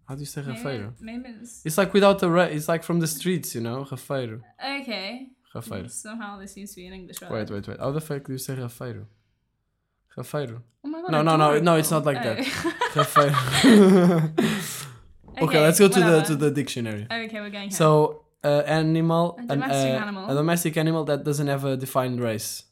How do you say rafeiro? Maybe it's... It's like without a ra- it's like from the streets, you know? Rafeiro. Okay. Rafeiro. Somehow this seems to be an English word. Wait, wait, wait. How the fuck do you say rafeiro? Rafeiro. Oh my god. No, no, no, no, it's not like that. Oh. Rafeiro. okay, let's go to the to the dictionary. Okay, we're going here. So, uh, animal A an- domestic uh, animal. A domestic animal that doesn't have a defined race.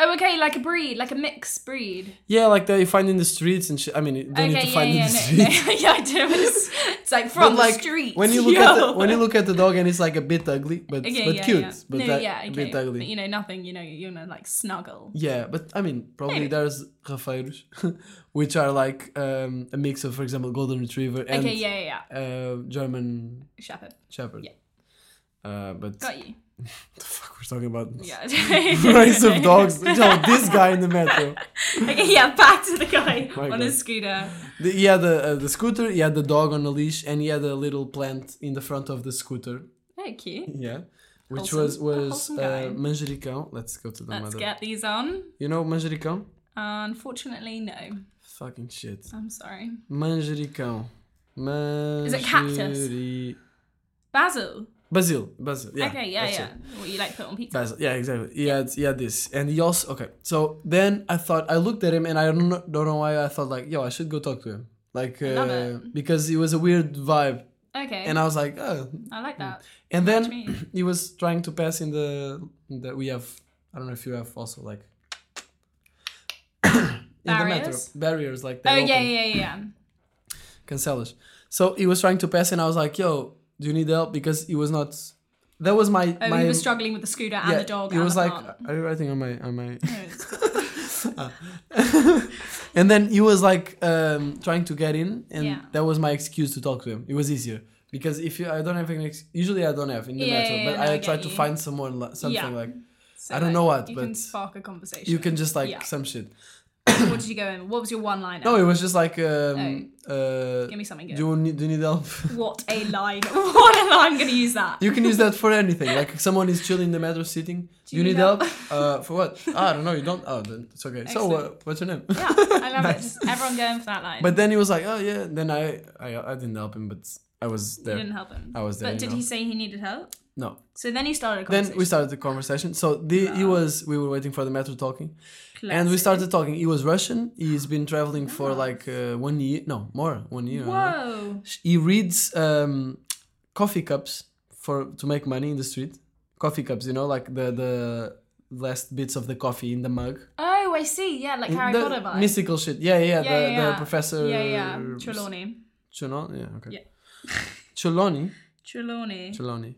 oh, okay, like a breed, like a mixed breed. Yeah, like that you find in the streets and shit. I mean, you don't okay, need to yeah, find yeah, in the no, streets. no, yeah, I do. It's, it's like But from the like street. when you look at the, when you look at the dog and it's like a bit ugly, but okay, but yeah, cute, yeah. but no, that- yeah, okay. a bit ugly. But, you know, nothing. You know, you know, like snuggle. yeah, but I mean, probably Maybe. there's rafeiros, which are like um, a mix of, for example, golden retriever and okay, yeah, yeah, yeah. uh, German Shepherd, shepherd. Yeah. Uh, but got you. the fuck, we're talking about Yeah. race of dogs. Yo, this guy in the metro. Okay, yeah, back to the guy My on God. a scooter. The, he had the uh, the scooter, he had the dog on a leash, and he had a little plant in the front of the scooter. Very cute. Yeah. Which Wholesome. was A was wholesome uh, guy. manjericão. Let's go to the Let's mother. get these on. You know manjericão? Unfortunately, no. Fucking shit. I'm sorry. Manjericão. Manjeri... it cactus? Basil. Basil. Basil. Yeah. okay, yeah, that's yeah. it. What you like put on pizza? Basil. Yeah, exactly. He had, he had this. And he also. Okay. So then I thought, I looked at him and I don't know, don't know why I thought, like, yo, I should go talk to him. Like, uh, love it. because it was a weird vibe. Okay. And I was like, oh. I like that. Oh, And What then do you mean? he was trying to pass in the. that we have. I don't know if you have also, like. in the metro. Barriers? Barriers, like Oh they're yeah, open. yeah, yeah, yeah. Cancelas. So he was trying to pass, and I was like, "Yo, do you need help?" Because he was not. That was my Oh, my. he was struggling with the scooter and yeah, the dog. He and was the like, uh, plant. "Are you writing on my on my?" No, it's cool. and then he was like um, trying to get in, and Yeah. that was my excuse to talk to him. It was easier because if you, I don't have an ex- usually I don't have in the Yeah, metro, yeah, but yeah, no, I I try get to you. find someone li- something Yeah. like So, I don't like, know what, you but can spark a conversation. you can just like Yeah. some shit. what did you go in? What was your one liner? No, it was just like um, uh, Oh. Give me something good. do you need do you need help? What a line. What a line. I'm going to use that. you can use that for anything. Like someone is chilling in the metro sitting. Do you, need help? uh, for what? Ah, I don't know. You don't. Oh, then it's okay. So uh, Excellent. what's your name? yeah, I love it. Just everyone going for that line. But then he was like, oh yeah. Then I I, I didn't help him, but I was you there. didn't help him. I was there, But did no. he say he needed help? No. So then you started a Then conversation. we started the conversation. So the, he was we were waiting for the metro talking, and we started talking. He was Russian. He's been traveling for like uh, one year, no more, one year. I don't know. Whoa. he reads um, coffee cups for to make money in the street. Coffee cups, you know, like the the last bits of the coffee in the mug. Oh, I see. Yeah, like Harry the Potter vibe. mystical shit. Yeah, yeah, Yeah, the, yeah, the yeah. professor. yeah, yeah. Trelawney. Trelawney. Yeah, okay. Yeah. Trelawney. Trelawney. Trelawney.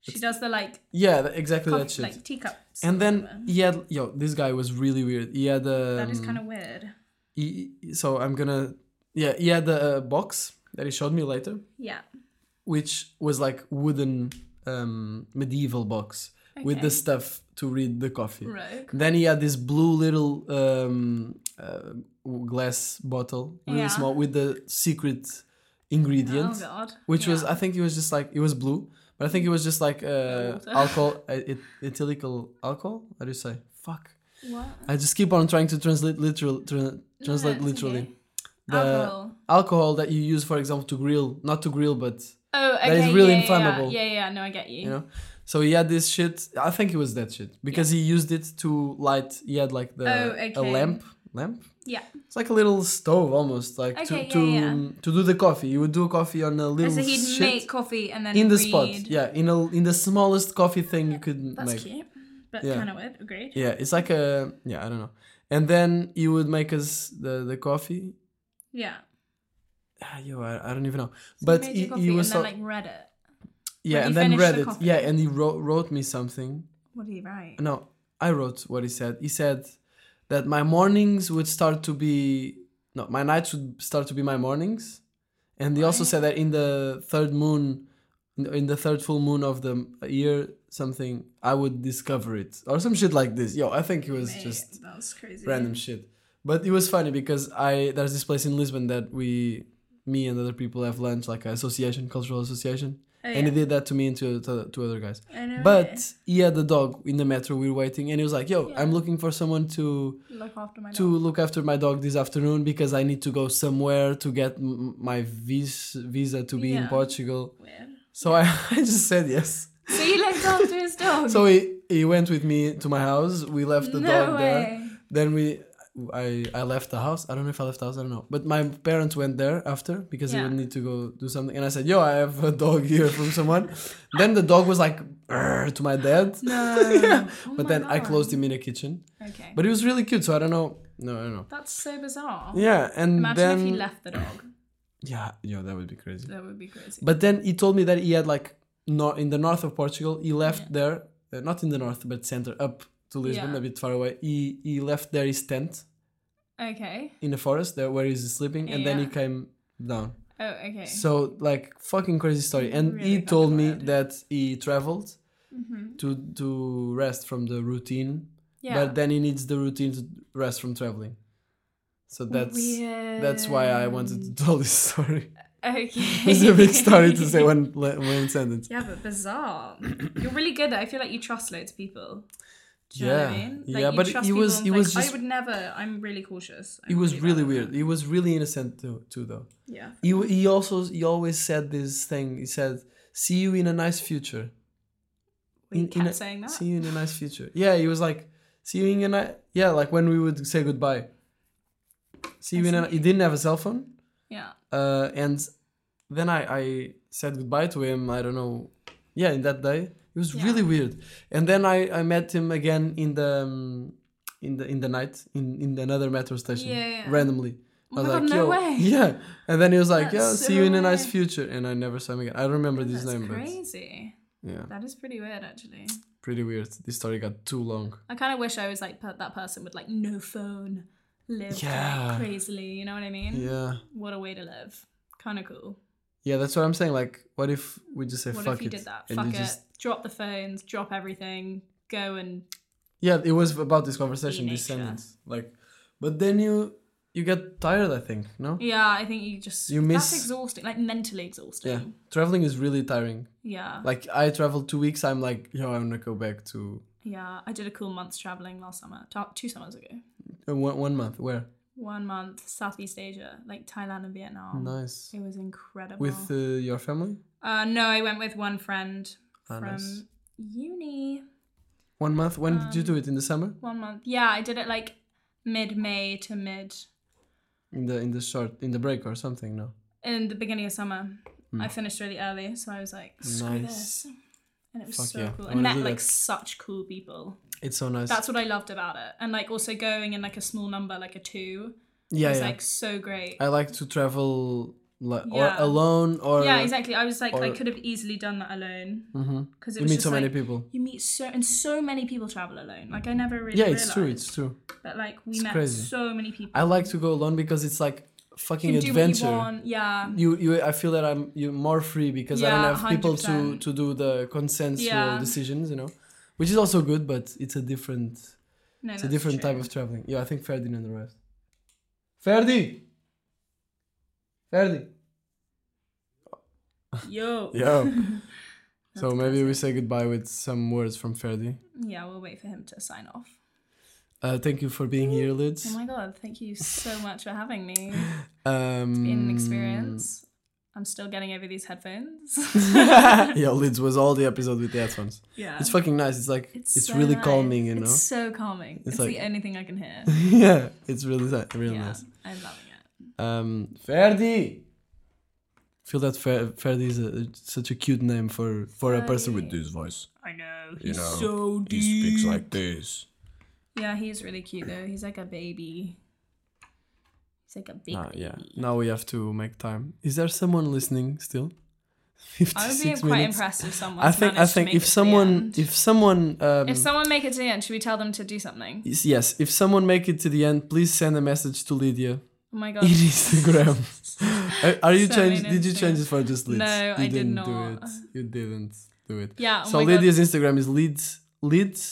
she does the like, Yeah, th- exactly that coffee, shit. like teacups. and whatever. then he had yo, this guy was really weird. He had um, that is kind of weird. he- he- so I'm gonna yeah he had a, uh box that he showed me later, Yeah. which was like wooden um, medieval box with Okay. the stuff to read the coffee. Rogue. Then he had this blue little um, uh, glass bottle, really Yeah. small, with the secret Oh ingredient, god. which was Yeah. I think it was just like it was blue, but I think it was just like uh, water. alcohol, uh, it, ethylical alcohol. How do you say? Fuck. What? I just keep on trying to translate literal, tra- translate it's literally. okay. The Alcohol. alcohol that you use, for example, to grill, not to grill, but Oh, okay. is really yeah, yeah, inflammable. Yeah, yeah, yeah. No, I get you. you know. So he had this shit. I think it was that shit because he used it to light. He had like the Oh, a okay. lamp, lamp. Yeah. It's like a little stove almost, like Okay, to yeah, to yeah. to do the coffee. You would do coffee on a And little so he'd shit make coffee and then in the read. spot. Yeah, in a in the smallest coffee thing you could That's make. cute, but Yeah. kind of weird. Agreed. Yeah, it's like a yeah, I don't know. And then he would make us the the coffee. Yeah. Ah, Yo, I, I don't even know. So but he, made he, you coffee he was and then so- like read it. yeah, when and he then finished read the it. coffee. Yeah, and he wrote wrote me something. What did he write? No, I wrote what he said. He said that my mornings would start to be no, my nights would start to be my mornings, and he also said that in the third moon, in the third full moon of the year, something I would discover it or some shit like this. Yo, I think it was Mate, just that was crazy. random shit, but it was funny because I there's this place in Lisbon that we, me and other people have lunch like an association, cultural association, Oh, and he yeah. did that to me and to, to, to other guys. I know it. But he had a dog in the metro. We were waiting, and he was like, "Yo, I'm looking for someone to look after my to dog. look after my dog this afternoon because I need to go somewhere to get m- my vis- visa to be in Yeah. Portugal." Weird. So I, I just said yes. So you looked after his dog. So he, he went with me to my house. We left the no dog there. way. Then we I I left the house. I don't know if I left the house. I don't know. But my parents went there after because they Yeah. would need to go do something. And I said, "Yo, I have a dog here from someone." then the dog was like "Arr," to my dad. No. yeah. Oh but my then I God. closed him in the kitchen. Okay. But it was really cute, so I don't know. No, I don't know. That's so bizarre. Yeah, and Imagine then if he left the dog. yeah, yeah, that would be crazy. That would be crazy. But then he told me that he had like nor- in the north of Portugal. He left there, uh, not in the north, but center up to Lisbon, Yeah. a bit far away. He he left there his tent Okay. in the forest there where he's sleeping, and then he Yeah. came down. Oh, okay. So like fucking crazy story. And Really he told me fucking that he traveled Mm-hmm. to to rest from the routine, yeah. but then he needs the routine to rest from traveling. So that's that's why I wanted to tell this story. Okay. It's a big story to say one le- one sentence. Yeah, but bizarre. You're really good. at I feel like you trust loads of people. Do you know Yeah, what I mean? yeah, you but trust it people was and it like, was just I would never. I'm really cautious. I'm it was bad really at weird. It was really innocent too, too though. that. Yeah. He w- he also he always said this thing. He said, "See you in a nice future." We in- in kept a- saying that. See you in a nice future. Yeah, he was like, see you in a night. Yeah, like when we would say goodbye. See you in a. see. He didn't have a cell phone, yeah. uh, and then I I said goodbye to him. I don't know. Yeah, in that day it was Yeah. really weird. And then I I met him again in the um, in the in the night in in another metro station Yeah, yeah. randomly. Oh my God, no "Yo." way. Yeah, and then he was like, That's "Yeah, so see you in a nice weird. future." And I never saw him again. I don't remember his That's name, crazy. but yeah, That is pretty weird, actually. pretty weird. This story got too long. I kind of wish I was like per- that person with like no phone, live Yeah. like, crazily. You know what I mean? Yeah. What a way to live. Kind of cool. Yeah, that's what I'm saying. Like, what if we just say What fuck if you it? did that? and Fuck you it. just- Drop the phones. Drop everything. Go and Yeah, it was about this conversation, this nature. sentence. Like, But then you you get tired, I think. No. Yeah, I think you just You miss- that's exhausting, like mentally exhausting. Yeah. Yeah. Traveling is really tiring. Yeah. Like I traveled two weeks. I'm like, yo, I'm gonna go back to I did a cool month's traveling last summer, t- two summers ago. uh, one, one month. Where? One month, Southeast Asia, like Thailand and Vietnam. Nice. It was incredible. With uh, your family? uh, no, I went with one friend Ah, from nice. uni. One month. When did you do it? In the summer? One month. Yeah, I did it like mid May to mid In the in the short in the break or something? No. in the beginning of summer. I finished really early, so I was like, screw Hmm. Nice. this. And it was Fuck so yeah, cool. I I wanna met do like that. such cool people. It's so nice. That's what I loved about it. And like also going in like a small number, like a two, yeah, was yeah. like so great. I like to travel like Yeah. or alone or yeah, exactly. I was like, I or- could have easily done that alone Mhm. because it You was meet just so many like, people. You meet so and so many people travel alone. Like I never really. Yeah, it's true. realised. It's true. But like we it's met crazy. so many people. I like to go alone because it's like fucking you can adventure. do what you want. Yeah. you you I feel that I'm you more free because I Yeah, don't have people to 100%. to do the consensual Yeah. decisions, you know, which is also good, but it's a different No, it's a different type of traveling. Yeah, I think Ferdinand arrived. Ferdi, Ferdi. Yo. Yeah. so maybe we say goodbye with some words from Ferdi. Yeah, we'll wait for him to sign off. Uh, thank you for being here, Oh Lids. my god, thank you so much for having me. Um, Been an experience. I'm still getting over these headphones. yeah, Lids was all the episode with the headphones. yeah. It's fucking nice. It's like it's, so really nice. calming, you know. It's so calming. It's, like- the only thing I can hear. yeah, it's really si- really yeah, nice. I'm loving it. Um, Ferdi. Feel that Fer- Ferdi is a, such a cute name for for a person with this voice. I know. You know, so he speaks like this. Yeah, he's really cute though. He's like a baby. He's like a big Ah, yeah. baby. Now we have to make time. Is there someone listening still? I would be 56 quite minutes. impressed if someone. I think I think if someone if someone um, if someone make it to the end, should we tell them to do something? is- yes if someone make it to the end, please send a message to Lydia Oh my in god. Instagram. Are- Uh, Are you Send me changed? an Did you Instagram. change it for just Lids? No, you I did didn't not. Do it. You didn't do it. Yeah, oh so my God. Lydia's Instagram is Lids Lids.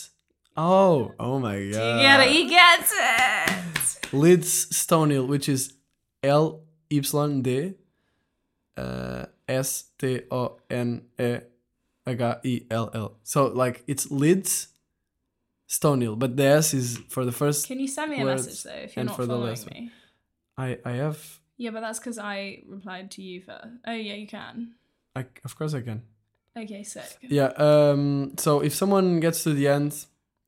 Oh, oh my You god. get it. He gets it. Lids Stonehill, which is L Y D uh, S T O N E H E L L. So like it's Lids Stonehill, but the S is for the first. Can you send me a Words message though if you're and not for the following last one. me? I I have. Yeah, but that's because I replied to you first. Oh yeah, you can. I, of course I can. Okay, sick. Yeah. Um. So if someone gets to the end,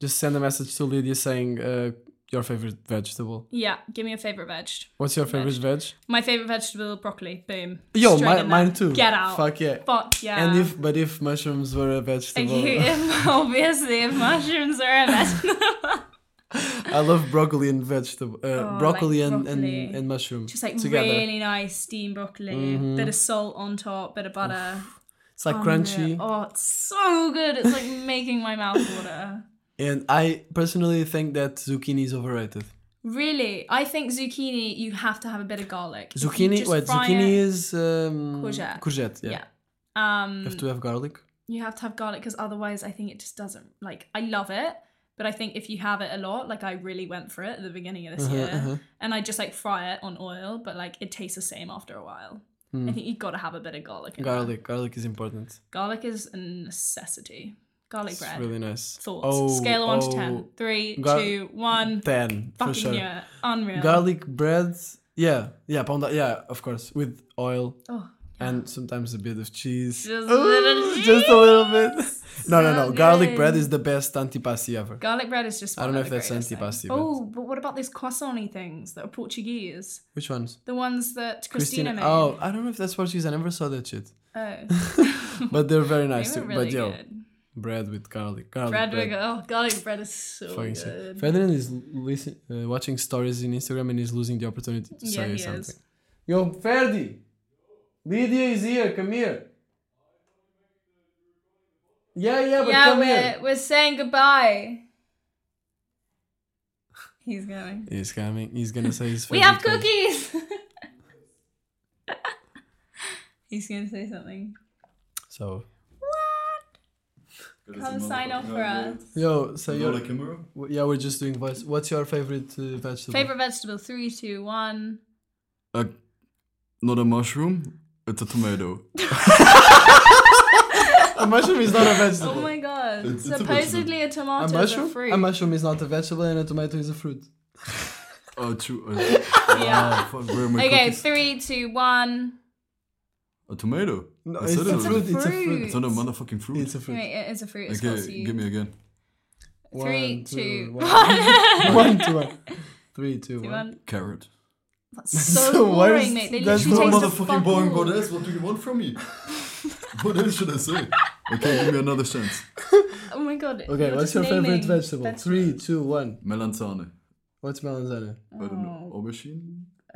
just send a message to Lydia saying uh, your favorite vegetable. Yeah, give me a favorite veg. What's your favorite veg? My favorite vegetable, broccoli. Boom. Yo, Straight my, in mine there. too. Get out. Fuck yeah. Fuck yeah. And if but if mushrooms were a vegetable, Okay, if, obviously, if mushrooms are a vegetable, I love broccoli and vegetable, uh, Oh, like broccoli, and, broccoli. and and mushroom just like together. Mm-hmm. really nice steamed broccoli, bit of salt on top, bit of butter. It's like on crunchy. it. Oh, it's so good. It's like making my mouth water. And I personally think that zucchini is overrated. Really, I think zucchini. You have to have a bit of garlic. If you Zucchini, just wait, fry zucchini it- is um, Courgette. Courgette, yeah. yeah. Um, You have to have garlic. you have to have garlic because otherwise, I think it just doesn't. Like, I love it, but I think if you have it a lot, like I really went for it at the beginning of this Uh-huh, year, and I just like fry it on oil, but like it tastes the same after a while. I think you got to have a bit of garlic. In there. Hmm. Garlic, garlic is important. Garlic is a necessity. Garlic It's bread. really nice. Oh, Thoughts. Scale of one to ten. Three, Gar- two, one. Ten, for Fucking sure. yeah. Unreal. Garlic bread, yeah, yeah, pound, yeah, of course, with oil Oh, and sometimes a bit of cheese. Just a little Ooh, just a little bit. No, no, no. So Garlic good. bread is the best antipasti ever. garlic bread is just. I don't one know of if the that's greatest antipasti, things. but- Oh, but what about those croissant things that are Portuguese? Which ones? The ones that Christina, made. Oh, I don't know if that's Portuguese. I never saw that shit. oh. But they're very they nice were too. really but yo, good. bread with garlic. Garlic Bread, bread. with- oh, garlic bread is so Fucking sick. good. Ferdinand is listen, uh, watching stories in Instagram and he's losing the opportunity to yeah, say he something. is. Yo, Ferdi! Lydia is here. Come here. Yeah, yeah, but yeah, come we're, here. we're saying goodbye. He's going. He's coming. He's gonna say his We have favorite thing. cookies. He's gonna say something. So, Come sign off for us. Yo, so Lola you're, Kimura. yeah, we're just doing voice. What's your favorite uh, vegetable? Favorite vegetable? Three, two, one. Uh, not a mushroom. It's a tomato. A mushroom is not a vegetable. Oh my god. It's- it's a Supposedly a tomato a is mushroom? a fruit. A mushroom is not a vegetable and a tomato is a fruit. Oh, true. Uh, Yeah. ah, fuck, where are my Okay, cookies? three, two, one. A tomato. No, I it's, said a it fruit. already. It's a fruit. It's not a motherfucking fruit. It's a fruit. Wait, it is a fruit. It's close to okay, you. give me again. One, Three, two, two, one. one. one, two, one. Three, two, Two, one. one. Carrot. That's so, so worse. boring, mate. They That's literally not taste the fuck all. else? What do you want from me? what else should I say? Okay, give me another chance. Oh my god. Okay, you're what's just your favorite naming vegetable? Three, two, one. Melanzane. What's melanzane? I don't know. Oh. Aubergine?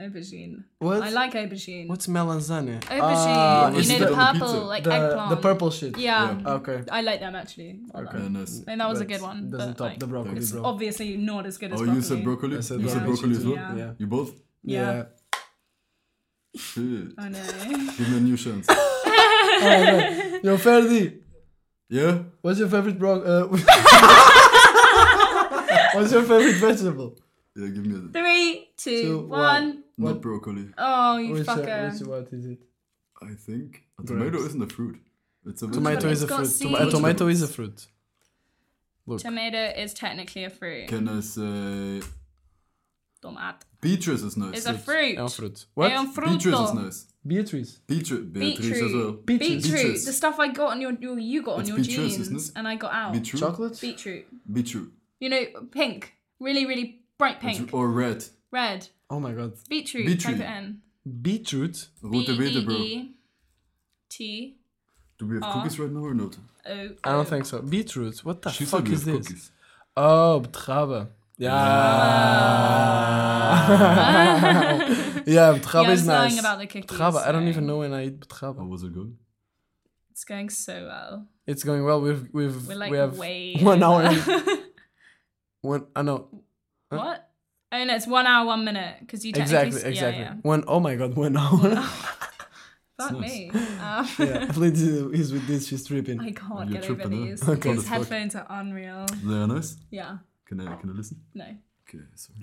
Aubergine. What? I like aubergine. What's melanzane? Aubergine. Ah, you it's know the- the on the purple, pizza. like the, eggplant. the purple shit. Ah, Yeah. Yeah. Okay. I like them actually. Well Yeah, done. nice. And that was a But good one. Doesn't but, top like, the broccoli, It's bro. obviously not as good as Oh, broccoli. you said broccoli? I said you said broccoli broccoli as too, well? yeah. Yeah. You both? Yeah. Yeah. Shit. I know. Give me a new chance. Alright, right. Yo, Ferdi, Yeah? what's your favorite bro? Uh, what's your favorite vegetable? Yeah, give me a. Three, two, Two, one. one. Not broccoli. Oh, you Which, uh, fucker. which what is it? I think. A tomato Grapes. isn't a fruit. It's a Tomato vegetable. is a it's got fruit. seeds. Toma- a tomato is a fruit. Tomato is technically a fruit. Can I say. Tomat Beatrice is nice. is a fruit. É um fruit. É um What? Beatrice is fruto. nice. Beatrice. Beatrice, Beatrice as well. Beetroot. Beetroot. Beetroot. Beetroot. The stuff I got on your, your you got on It's your beetroot, jeans, isn't it? and I got out. Beetroot. Chocolate? Beetroot. Beetroot. You know, pink. Really, really bright pink. Or red. Red. Oh my god. Beetroot. Beetroot. Type it in. Beetroot? Rote Bete, bro. B-E-E T Do we have cookies right now or not? O. I don't think so. Beetroot? What the She said fuck we is have this? cookies. Oh, betrabe. Yeah. yeah, betrabe Yeah, I is was Ah. lying nice. about the cookies. Betrabe. I don't so even know when I eat How betrabe. Oh, was it good? It's going so well. It's going well. We've we've We're like we have way. one hour. And over. one. I know Huh? what? Oh no, it's one hour, one minute. Because you technically. exactly yeah, exactly. yeah. One. Oh my god, one hour. Fuck nice. me. Um, yeah, Lindsay is with this. She's tripping. I can't You're get over tripping, huh? these. Okay. These Can't fuck. headphones are unreal. They are nice. Yeah. Can I can I listen? No. Okay, sorry.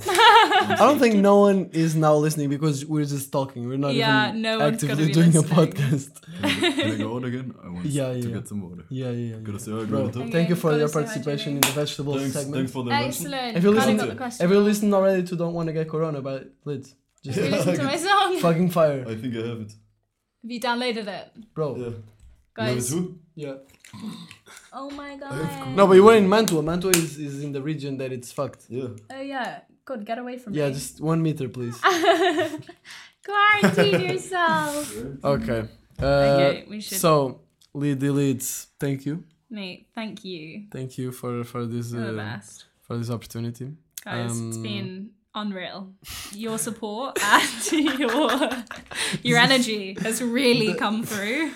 I don't think no one is now listening because we're just talking. We're not Yeah, even no one's gonna actively be doing a listening. podcast. Can I go- can I go out again? I want Yeah, to yeah. get some water. Yeah, yeah, Gotta yeah. say hi, Bro, Jonathan. thank you you for gotta your say hi, participation in Jenny. the vegetable Thanks, segment. thanks for the mention. Excellent. Have you Kinda listened? got the question. Have you listened already to "Don't Want to Get Corona" by Lids? Just Have you listened to my song? Have fucking fire, I think I have it. you downloaded it, bro. Yeah. You have it guys? too? Yeah. Oh my god. No, but you were in Mantua. Mantua is, is in the region that it's fucked. Yeah. Oh yeah. God, get away from Yeah, me. just one meter, please. Ah. Quarantine yourself. okay. Uh, Okay, we should- So, Lidi Leeds, thank you, Mate, thank you. thank you for for this You're the uh, best. for this opportunity. Guys, it's um, been unreal. Your support and your your energy has really come through.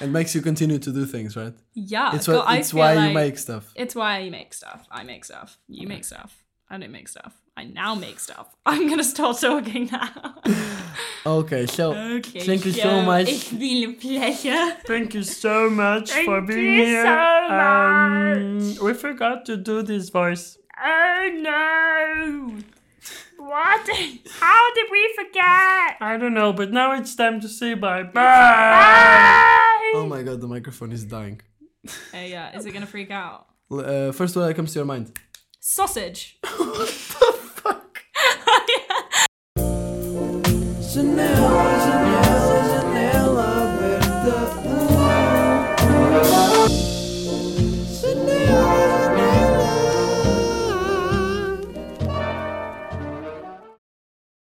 It makes you continue to do things, right? Yeah. It's God, what Uh, I it's feel why like you make stuff. It's why you make stuff. I make stuff. You make stuff. I don't make stuff. I now make stuff. I'm gonna start talking now. Okay, so okay. thank you so so much. It's been a pleasure. Thank you so much Thank for being you here. so Um, we forgot to do this voice. Oh no! What? How did we forget? I don't know, but now it's time to say bye. Bye. oh my god, the microphone is dying. Oh yeah, is it gonna freak out? L- Uh, first word that comes to your mind. Sausage. Janela